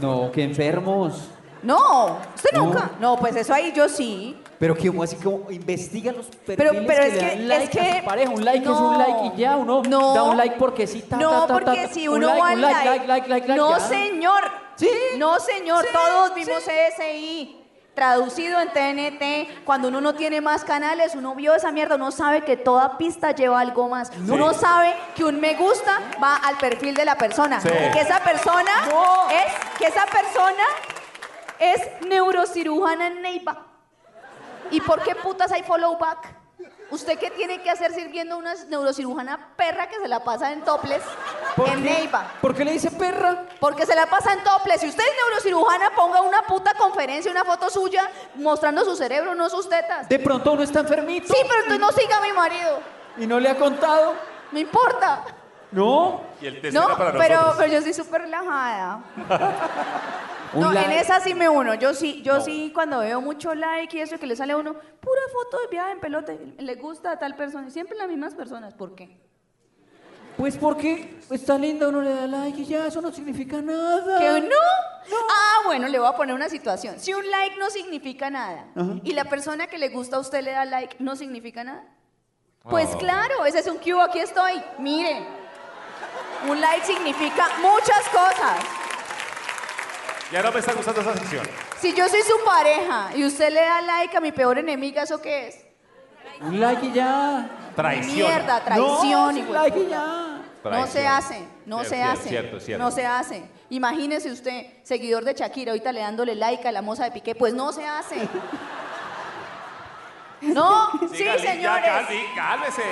No, qué enfermos.
No, usted
No.
nunca. No, pues eso ahí yo sí.
Pero que como así como investiga los perfiles
Pero, pero
que
es
le
que,
dan like
es que
a su pareja. Un like es
no.
un like y ya uno
No.
da un like porque sí. ta,
no,
ta, ta, ta,
porque
ta.
si
Un
uno
like,
va
un
al
like,
like,
like, like, like, like,
no
ya.
señor, no señor, todos vimos CSI. Traducido en TNT, cuando uno no tiene más canales, uno vio esa mierda, uno sabe que toda pista lleva algo más. Uno sabe que un me gusta va al perfil de la persona.
Sí.
Que esa persona es, que esa persona es neurocirujana en Neiva. ¿Y por qué putas hay follow back? ¿Usted qué tiene que hacer sirviendo a una neurocirujana perra que se la pasa en toples en Neiva?
¿Por qué le dice perra?
Porque se la pasa en toples. Si usted es neurocirujana, ponga una puta conferencia, una foto suya mostrando su cerebro, no sus tetas.
De pronto uno está enfermito
Sí, pero entonces no siga a mi marido.
y no le ha contado.
No importa.
No.
Y el test
No,
era para
pero,
nosotros.
pero yo soy súper relajada.
Un
No, en
like.
esa sí me uno. Yo sí, yo sí, cuando veo mucho like y eso que le sale a uno, pura foto de viaje en pelote, le gusta a tal persona. Y siempre las mismas personas. ¿Por qué?
Pues porque está linda, uno le da like y ya, eso no significa nada.
¿Que no? Ah, bueno, le voy a poner una situación. Si un like no significa nada
Ajá.
y la persona que le gusta a usted le da like, ¿no significa nada? Pues
Oh.
claro, ese es un cue, aquí estoy. Miren, un like significa muchas cosas.
Ya no me está gustando esa sección.
Si yo soy su pareja y usted le da like a mi peor enemiga, ¿eso qué es?
Un like y ya.
Traición.
Mierda, traición.
No,
hijo de
un like y
puta.
ya.
No se
Traición.
hace, no
Cier-
se
cier-
hace.
cierto, cierto.
No se hace. Imagínese usted, seguidor de Shakira, ahorita le dándole like a la moza de Piqué, pues no se
[LAUGHS]
hace. No, sí,
Siga, Ya,
señores.
cálmese. cálmese.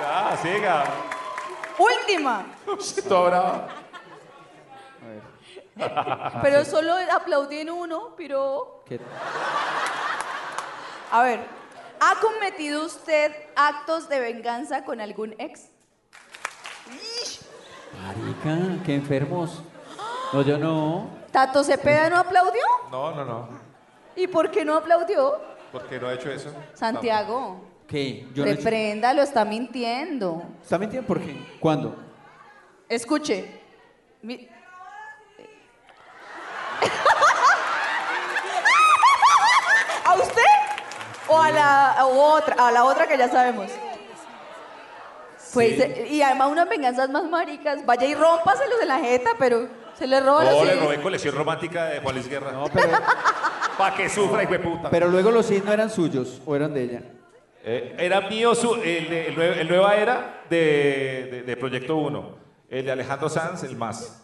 Ya, siga.
Última.
Todo bravo.
Pero solo aplaudí en uno, pero.
¿Qué?
A ver, ¿ha cometido usted actos de venganza con algún ex?
Marica, qué enfermos. No, yo no.
¿Tato Cepeda no aplaudió?
No, no, no.
¿Y por qué no aplaudió?
¿Por qué no ha hecho eso?
Santiago,
¿Qué? Yo no he hecho-
repréndalo, está mintiendo.
¿Está mintiendo por qué? ¿Cuándo?
Escuche. Mi- [LAUGHS] ¿A usted? ¿O a la, u otra, a la otra que ya sabemos? Pues, eh, y además unas venganzas más maricas. Vaya y rómpaselos en la jeta, pero se le roba
No,
los
le
hijos.
robé colección romántica de Juan Luis Guerra. No,
pero...
[LAUGHS] Pa' que sufra, hijo de puta.
Pero luego los sí no eran suyos o eran de ella.
Eh, era mío su- el, el nue- el Nueva Era de, de- de Proyecto 1. El de Alejandro Sanz, el más.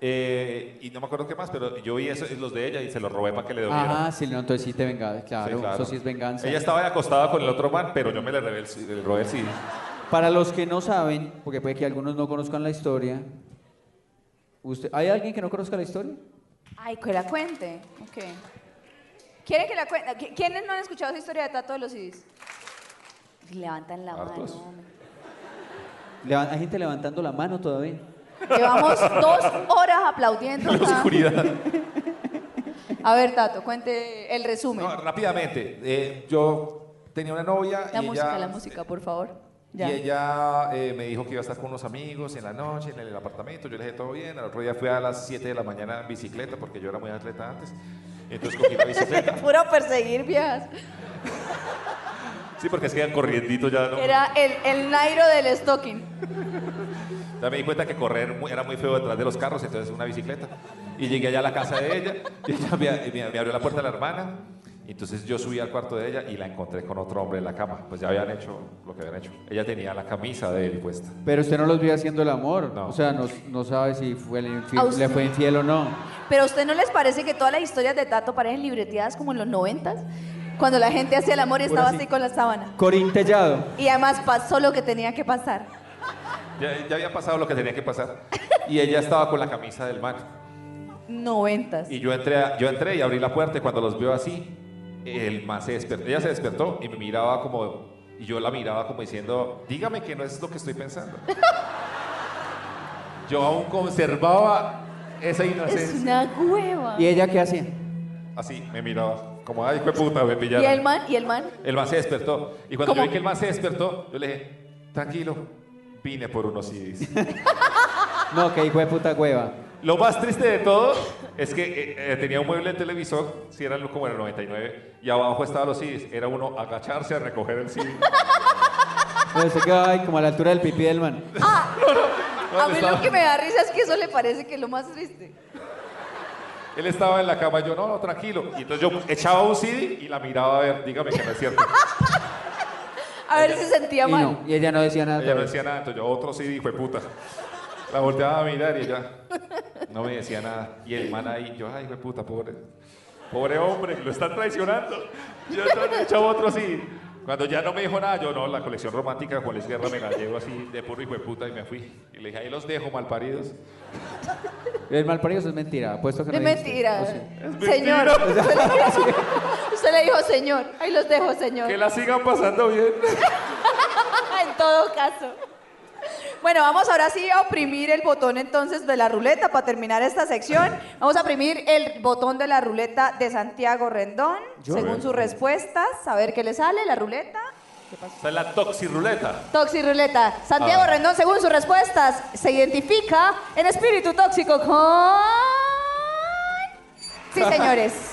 Eh, y no me acuerdo qué más, pero yo vi eso, los de ella y se los robé para que le doliera.
Ah, sí, no, entonces sí te vengabas, claro,
Sí, claro.
Eso sí es venganza.
[LAUGHS]
Ella estaba acostada con el otro man, pero yo me le rebel- le robé el CD. [LAUGHS]
Para los que no saben, porque puede que algunos no conozcan la historia, usted, ¿hay alguien que no conozca la historia?
Ay, que la cuente. Ok. ¿Quieren que la cuente? ¿Qui- ¿Quiénes no han escuchado esa historia de Tato de los CDs? Levantan la
Hartos.
mano. hombre.
Leva- Hay gente levantando la mano todavía.
Llevamos dos horas
[LAUGHS]
aplaudiendo. acá.
Oscuridad.
A ver, Tato, cuente el resumen.
Rápidamente, eh, yo tenía una novia
la
y
música,
ella,
la música, por favor. Ya.
y ella eh, me dijo que iba a estar con unos amigos en la noche, en el apartamento. Yo le dije todo bien. Al otro día fui a las 7 de la mañana en bicicleta porque yo era muy atleta antes. Entonces cogí la
[LAUGHS]
bicicleta.
[LAUGHS] Puro perseguir viejas.
Sí, porque es que iban corriendito ya. No,
Era el, el Nairo del stocking.
Ya me di cuenta que correr mu- era muy feo detrás de los carros, entonces una bicicleta. Y llegué allá a la casa de ella, y ella me, a- me- me abrió la puerta la hermana. y Entonces yo subí al cuarto de ella y la encontré con otro hombre en la cama. Pues ya habían hecho lo que habían hecho. Ella tenía la camisa de él puesta.
Pero usted no los vio haciendo el amor. O sea, no, no sabe si fue el infi-
¿A usted?
le fue infiel o no.
Pero ¿a usted no les parece que todas las historias de Tato parecen libreteadas como en los noventas? Cuando la gente hacía el amor y
Ahora
estaba
sí.
así con la sábana.
Corín Tellado.
Y además pasó lo que tenía que pasar.
Ya, ya había pasado lo que tenía que pasar. Y ella estaba con la camisa del man.
Noventas.
Y yo entré, a- yo entré y abrí la puerta y cuando los veo así, el man se despertó. Ella se despertó y me miraba como... Y yo la miraba como diciendo, dígame que no es lo que estoy pensando. Yo aún conservaba esa
Es
inocencia.
una hueva.
ella qué hacía?
Así, me miraba. Como, ay, qué puta,
¿Y
me
el
pillaron.
man? ¿Y el man?
El man se despertó. Y cuando
¿Cómo?
yo vi que el man se despertó, yo le dije, tranquilo, vine por unos CDs.
No, que hijo de puta hueva.
Lo más triste de todo es que eh, eh, tenía un mueble de televisor, si era como en el 99, y abajo estaban los CDs. Era uno agacharse a recoger el CD.
Pero usted quedó ahí como a la altura del pipí del man.
A mí lo que me da risa es que eso le parece que es lo más triste.
Él estaba en la cama, yo, no, no, tranquilo. Y entonces yo echaba un CD y la miraba a ver, dígame que no es cierto.
A ver si se sentía
Y
mal.
no, y ella no decía nada.
Ella no decía nada, entonces yo, otro CD, fue puta. La volteaba a mirar y ella no me decía nada. Y el man ahí, yo, ay, hijo de puta, pobre. Pobre hombre, lo están traicionando. Yo he echaba otro CD. Cuando ya no me dijo nada, yo no, la colección romántica de Juan Luis Guerra me la llevo así de puro hijo de puta y me fui. Y le dije, ahí los dejo malparidos.
El mal parido eso es mentira. Apuesto que
Es
no dijiste.
mentira.
O sea,
Señor. Usted le, usted le dijo, señor. Ahí los dejo, señor.
Que la sigan pasando bien.
[LAUGHS] en todo caso. Bueno, vamos ahora sí a oprimir el botón entonces de la ruleta para terminar esta sección. Vamos a oprimir el botón de la ruleta de Santiago Rendón,
Yo.
según sus respuestas, a ver qué le sale la ruleta.
Esta es la toxiruleta.
Toxiruleta. Santiago
Ah.
Rendón, según sus respuestas, se identifica en espíritu tóxico con... Sí, señores.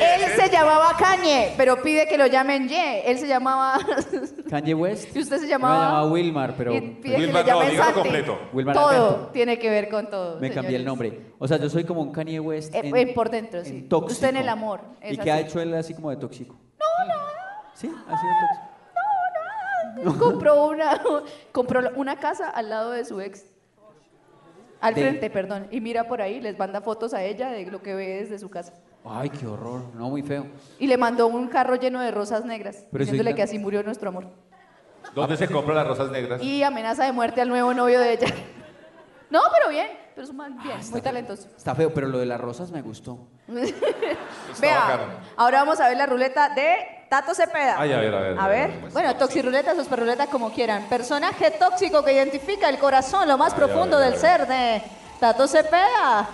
Él se llamaba Kanye, pero pide que lo llamen Ye. Él se llamaba... [LAUGHS]
Kanye West.
y usted se
Me llamaba
llamaba...
Wilmar, pero. pues,
Y pide que le llamen Santi.
Wilmar Atento.
Todo tiene que ver con todo.
Me cambié el
señores.
nombre. O sea, yo soy como un Kanye West.
Eh,
en-
eh, por dentro, sí.
en tóxico.
Usted en el amor. es
¿Y qué ha
así.
hecho él así como de tóxico? No, no. ¿Sí? ¿Ha sido tóxico?
[LAUGHS]
[LAUGHS]
Compró una, [LAUGHS] compró una casa al lado de su ex. Al
De-
frente, perdón. Y mira por ahí, les manda fotos a ella de lo que ve desde su casa.
Ay, qué horror. No, muy feo.
Y le mandó un carro lleno de rosas negras,
Pero
diciéndole
soy tan-
que así murió nuestro amor.
¿Dónde se compran las rosas negras?
Y amenaza de muerte al nuevo novio de ella. [LAUGHS] No, pero bien, pero es un
Ah,
man bien, muy talentoso.
Está feo, pero lo de las rosas me gustó.
[LAUGHS]
bacano.
Vea, ahora vamos a ver la ruleta de Tato Cepeda.
Ay, a ver, a ver,
A
a ver,
ver, bueno, toxiruleta, superruleta, como quieran. Personaje tóxico que identifica el corazón, lo más
Ay, a
profundo
ver, a
del
ver.
ser de Tato Cepeda.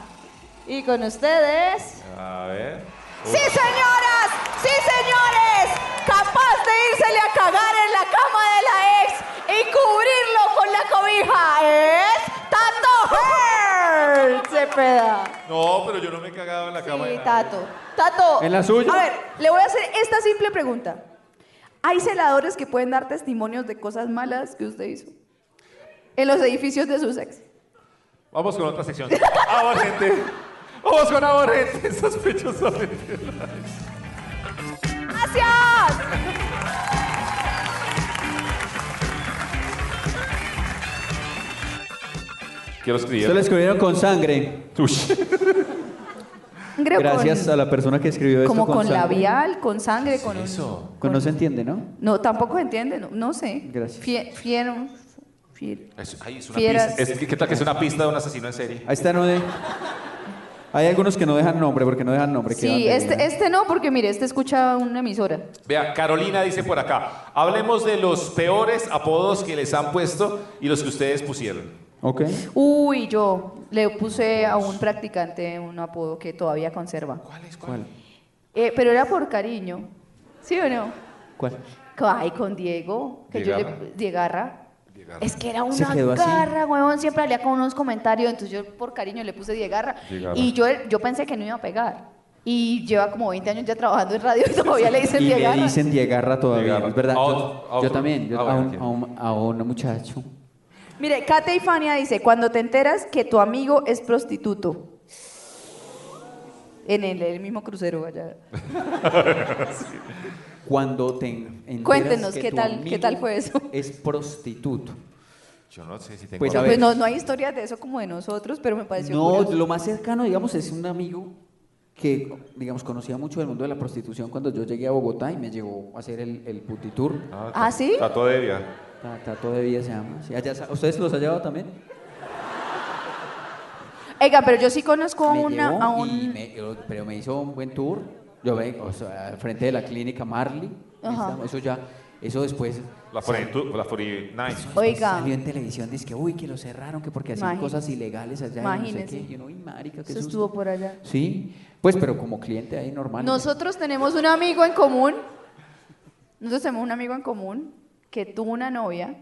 Y con ustedes...
A ver.
¡Sí, señoras! ¡Sí, señores! Capaz de írsele a cagar en la cama de la ex y cubrirlo con la cobija es Tato Hertz Cepeda.
No, pero yo no me he cagado en la cama. de
Sí,
nadie.
Tato. Tato.
¿En la suya?
A ver, le voy a hacer esta simple pregunta. ¿Hay celadores que pueden dar testimonios de cosas malas que usted hizo? En los edificios de sus ex.
Vamos con otra sección. Ahora, gente. Vamos con ahora, gente. Sospechosos.
¡Gracias!
Quiero escribir.
Se lo escribieron con sangre.
Creo
Gracias
con-
a la persona que escribió esto.
Como con,
sangre.
labial, con sangre, con... un-
Con no se entiende, ¿no?
No, tampoco entiende, no, no sé.
Gracias.
Fie- fiero-
Es, ay, es una
Fieras.
pista. Es, ¿Qué tal que es una pista de un asesino en serie?
Ahí está, no de... Hay algunos que no dejan nombre, porque no dejan nombre. qué
Sí,
barbaridad.
este, este no, porque mire, este escucha una emisora.
Vea, Carolina dice por acá, hablemos de los peores apodos que les han puesto y los que ustedes pusieron.
Ok.
Uy, yo le puse a un practicante un apodo que todavía conserva.
¿Cuál?
Eh, pero era por cariño, ¿sí o no?
¿Cuál?
Ay, con Diego, que yo le... Diegarra. Es que era
Se
una
quedó así.
garra, huevón, siempre hablaba con unos comentarios, entonces yo por cariño le puse Diegarra.
Diegarra.
Y yo, yo pensé que no iba a pegar. Y lleva como 20 años ya trabajando en radio y [LAUGHS] todavía le dicen
Y le
Diegarra.
dicen Diegarra todavía, es verdad.
A
Yo-
Ah, otro, a
yo
otro.
también, yo-
Ah,
a,
bueno,
un, a, un, a un muchacho.
Mire, Kate y Fania dice, cuando te enteras que tu amigo es prostituto. En el, el mismo crucero allá.
Cuando te en- enteras
Cuéntenos,
que
¿qué
tu
tal- qué
amigo
tal fue eso?
Es prostituto.
Yo no sé si tengo...
Pues
Yo,
a
pues,
ver,
no, no hay historias de eso como de nosotros, pero me pareció
no,
curioso.
lo más cercano, digamos, es un amigo que, digamos, conocía mucho del mundo de la prostitución cuando yo llegué a Bogotá y me llevó a hacer el, el putitour.
Ah, ¿sí?
Tato de Evia.
Ta- Tato de Vía se llama. sí. Allá sa- ¿Ustedes los han llevado también?
Oiga, pero yo sí conozco a
Me
una,
llevó
a
y
un...
me- yo- pero me hizo un buen tour. Yo vengo o sea, al frente de la clínica Marley.
Ajá.
Estamos- Eso ya, eso después.
La Foritu- la 49.
Oiga.
Salió en televisión, dice que uy, que lo cerraron, que porque hacían
Imagínese.
cosas ilegales allá. y no sé
Imagínense.
qué. Y uno, "Uy, marica, qué
Eso
susto".
estuvo por allá.
Sí, pues, pero como cliente ahí normal.
Nosotros tenemos un amigo en común. Nosotros tenemos un amigo en común que tuvo una novia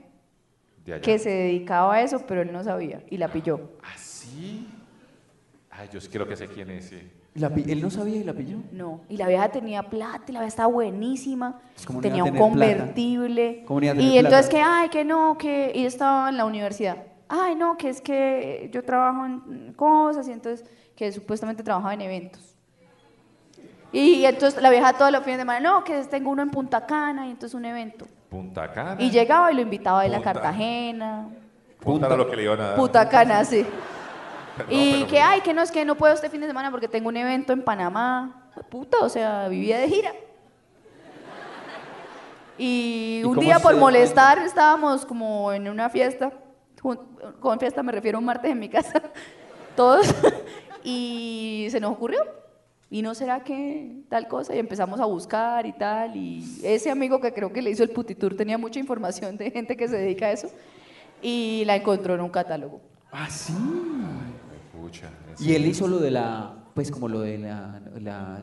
De allá.
que se dedicaba a eso, pero él no sabía y la pilló.
¿Ah, sí? Ay, yo sí creo que sé quién es, sí.
La pi- él no sabía y la pilló.
No, y la vieja tenía plata, y la vieja estaba buenísima,
Es como no
tenía
iba a
un
tener plata.
convertible.
¿Cómo no iba a tener
Y entonces
plata?
que, ay, que no, que y yo estaba en la universidad. Ay, no, que es que yo trabajo en cosas y entonces que supuestamente trabajaba en eventos. Y entonces la vieja todos los fines de semana, no, que tengo uno en Punta Cana y entonces un evento.
Punta Cana.
Y llegaba y lo invitaba a ir a
Punta.
Cartagena,
Punta era lo que le iban a dar. [LAUGHS]
Punta Cana, sí.
Perdón,
Y
pero-
que, ay, que no, es que no puedo este fin de semana porque tengo un evento en Panamá. Puta, o sea, vivía de gira. Y un
cómo
día por
se-
molestar estábamos como en una fiesta, jun- con fiesta me refiero un martes en mi casa, [LAUGHS] todos, [LAUGHS] y se nos ocurrió. ¿Y no será que tal cosa? Y empezamos a buscar y tal. Y ese amigo que creo que le hizo el putitour tenía mucha información de gente que se dedica a eso. Y la encontró en un catálogo.
Ah, sí.
Pucha, en
Y él
serio.
hizo lo de la, pues como lo de la, la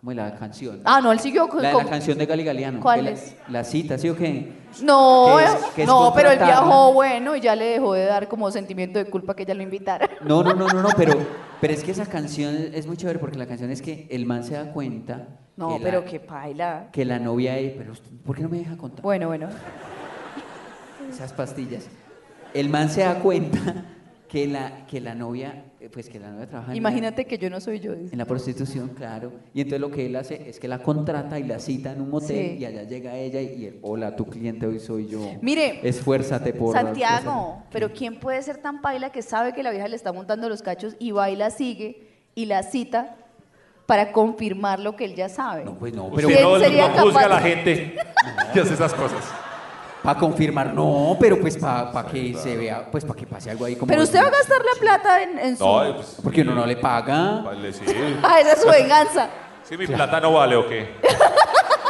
como de la canción.
Ah, no, él siguió con-
La de la
con-
canción de Gali Galeano.
¿Cuál
que la-
es?
La, cita, ¿sí o qué?
No, eh,
Que es- que es
no, pero él
contratarla.
viajó bueno y ya le dejó de dar como sentimiento de culpa que ella lo invitara. [LAUGHS]
No, no, no, no, no, pero, pero es que esa canción es muy chévere porque la canción es que el man se da cuenta
No,
que, la,
pero qué paila.
que la novia es, pero usted, ¿por qué no me deja contar
Bueno, bueno.
esas pastillas? El man se da cuenta que la, que la novia, eh, pues que la novia trabaja en la-
Imagínate que yo no soy yo. dice.
En la prostitución, claro. Y entonces lo que él hace es que la contrata y la cita en un motel
Sí.
y allá llega ella y él, hola, tu cliente hoy soy yo.
Mire,
esfuérzate por...
Santiago, pero ¿quién puede ser tan paila que sabe que la vieja le está montando los cachos y va y la sigue y la cita para confirmar lo que él ya sabe?
No, pues no, pero
Usted
¿Quién
no,
sería
no juzga a
capaz?
la gente que hace esas cosas.
para confirmar, no, pero pues para que se vea, pues para que pase algo ahí como...
Pero usted va a gastar la plata en, en su...
No, pues,
Porque uno no le paga.
vale, sí.
Ah, esa es
[LAUGHS]
su venganza.
Sí, mi plata no vale, ¿o qué?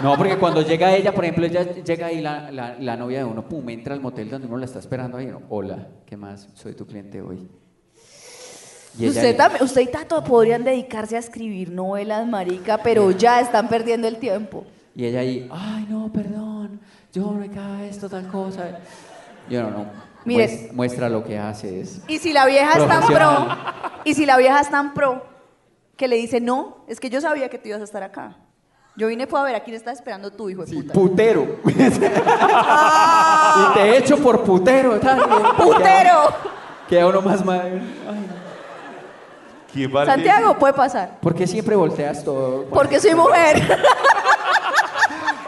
No, porque cuando llega ella, por ejemplo, ella llega ahí la, la- la novia de uno, pum, entra al motel donde uno la está esperando ahí. uno, Hola, ¿qué más? Soy tu cliente hoy. Y ella
Usted,
le-
tam- usted y Tato podrían dedicarse a escribir novelas, marica, pero ya están perdiendo el tiempo.
Y ella ahí, ay, no, perdón, yo no me cae esto, tal cosa. Yo no, no.
Mire.
mues- muestra lo que haces.
Y si la vieja es tan pro,
Profesional.
y si la vieja es tan pro, que le dice, no, es que yo sabía que tú ibas a estar acá. Yo vine fue a ver a quién está esperando tu hijo de puta.
Putero. y te echo por putero. tal.
¡Putero!
Queda, queda uno más mal. Ay,
¿Quién vale?
Santiago, puede pasar.
¿Por qué siempre volteas todo?
Porque soy mujer.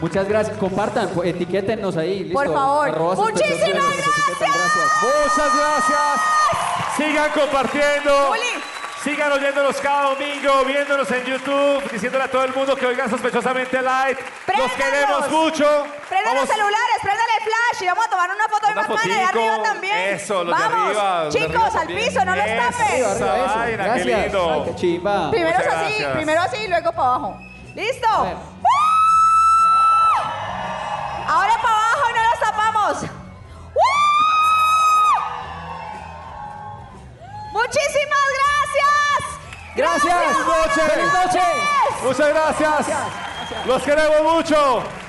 Muchas gracias. Compartan, pues, etiquétennos ahí.
Por
listo.
favor.
Arroba
Muchísimas
sospechosos, nos etiquetan,
Muchas gracias. Sigan compartiendo. Sigan oyéndonos cada domingo, viéndonos en YouTube, diciéndole a todo el mundo que oigan sospechosamente light. Los queremos mucho.
Prendan los celulares, prendan el flash y vamos a tomar una foto de
Una
Batman allá
fotico.
arriba también.
Eso, los de
vamos,
arriba, los de
chicos,
arriba
al
también.
piso, no
Eso,
los tapes.
arriba, arriba, eso. Vaina, qué
Gracias.
lindo.
Ay, qué chimba.
Primero es
Muchas
así,
gracias.
primero así y luego para abajo. ¡Listo! ¡Uh! Ahora para abajo y no los tapamos. ¡Uh! Muchísimas gracias.
Gracias. Buenas noches. Muchas gracias. Los queremos mucho.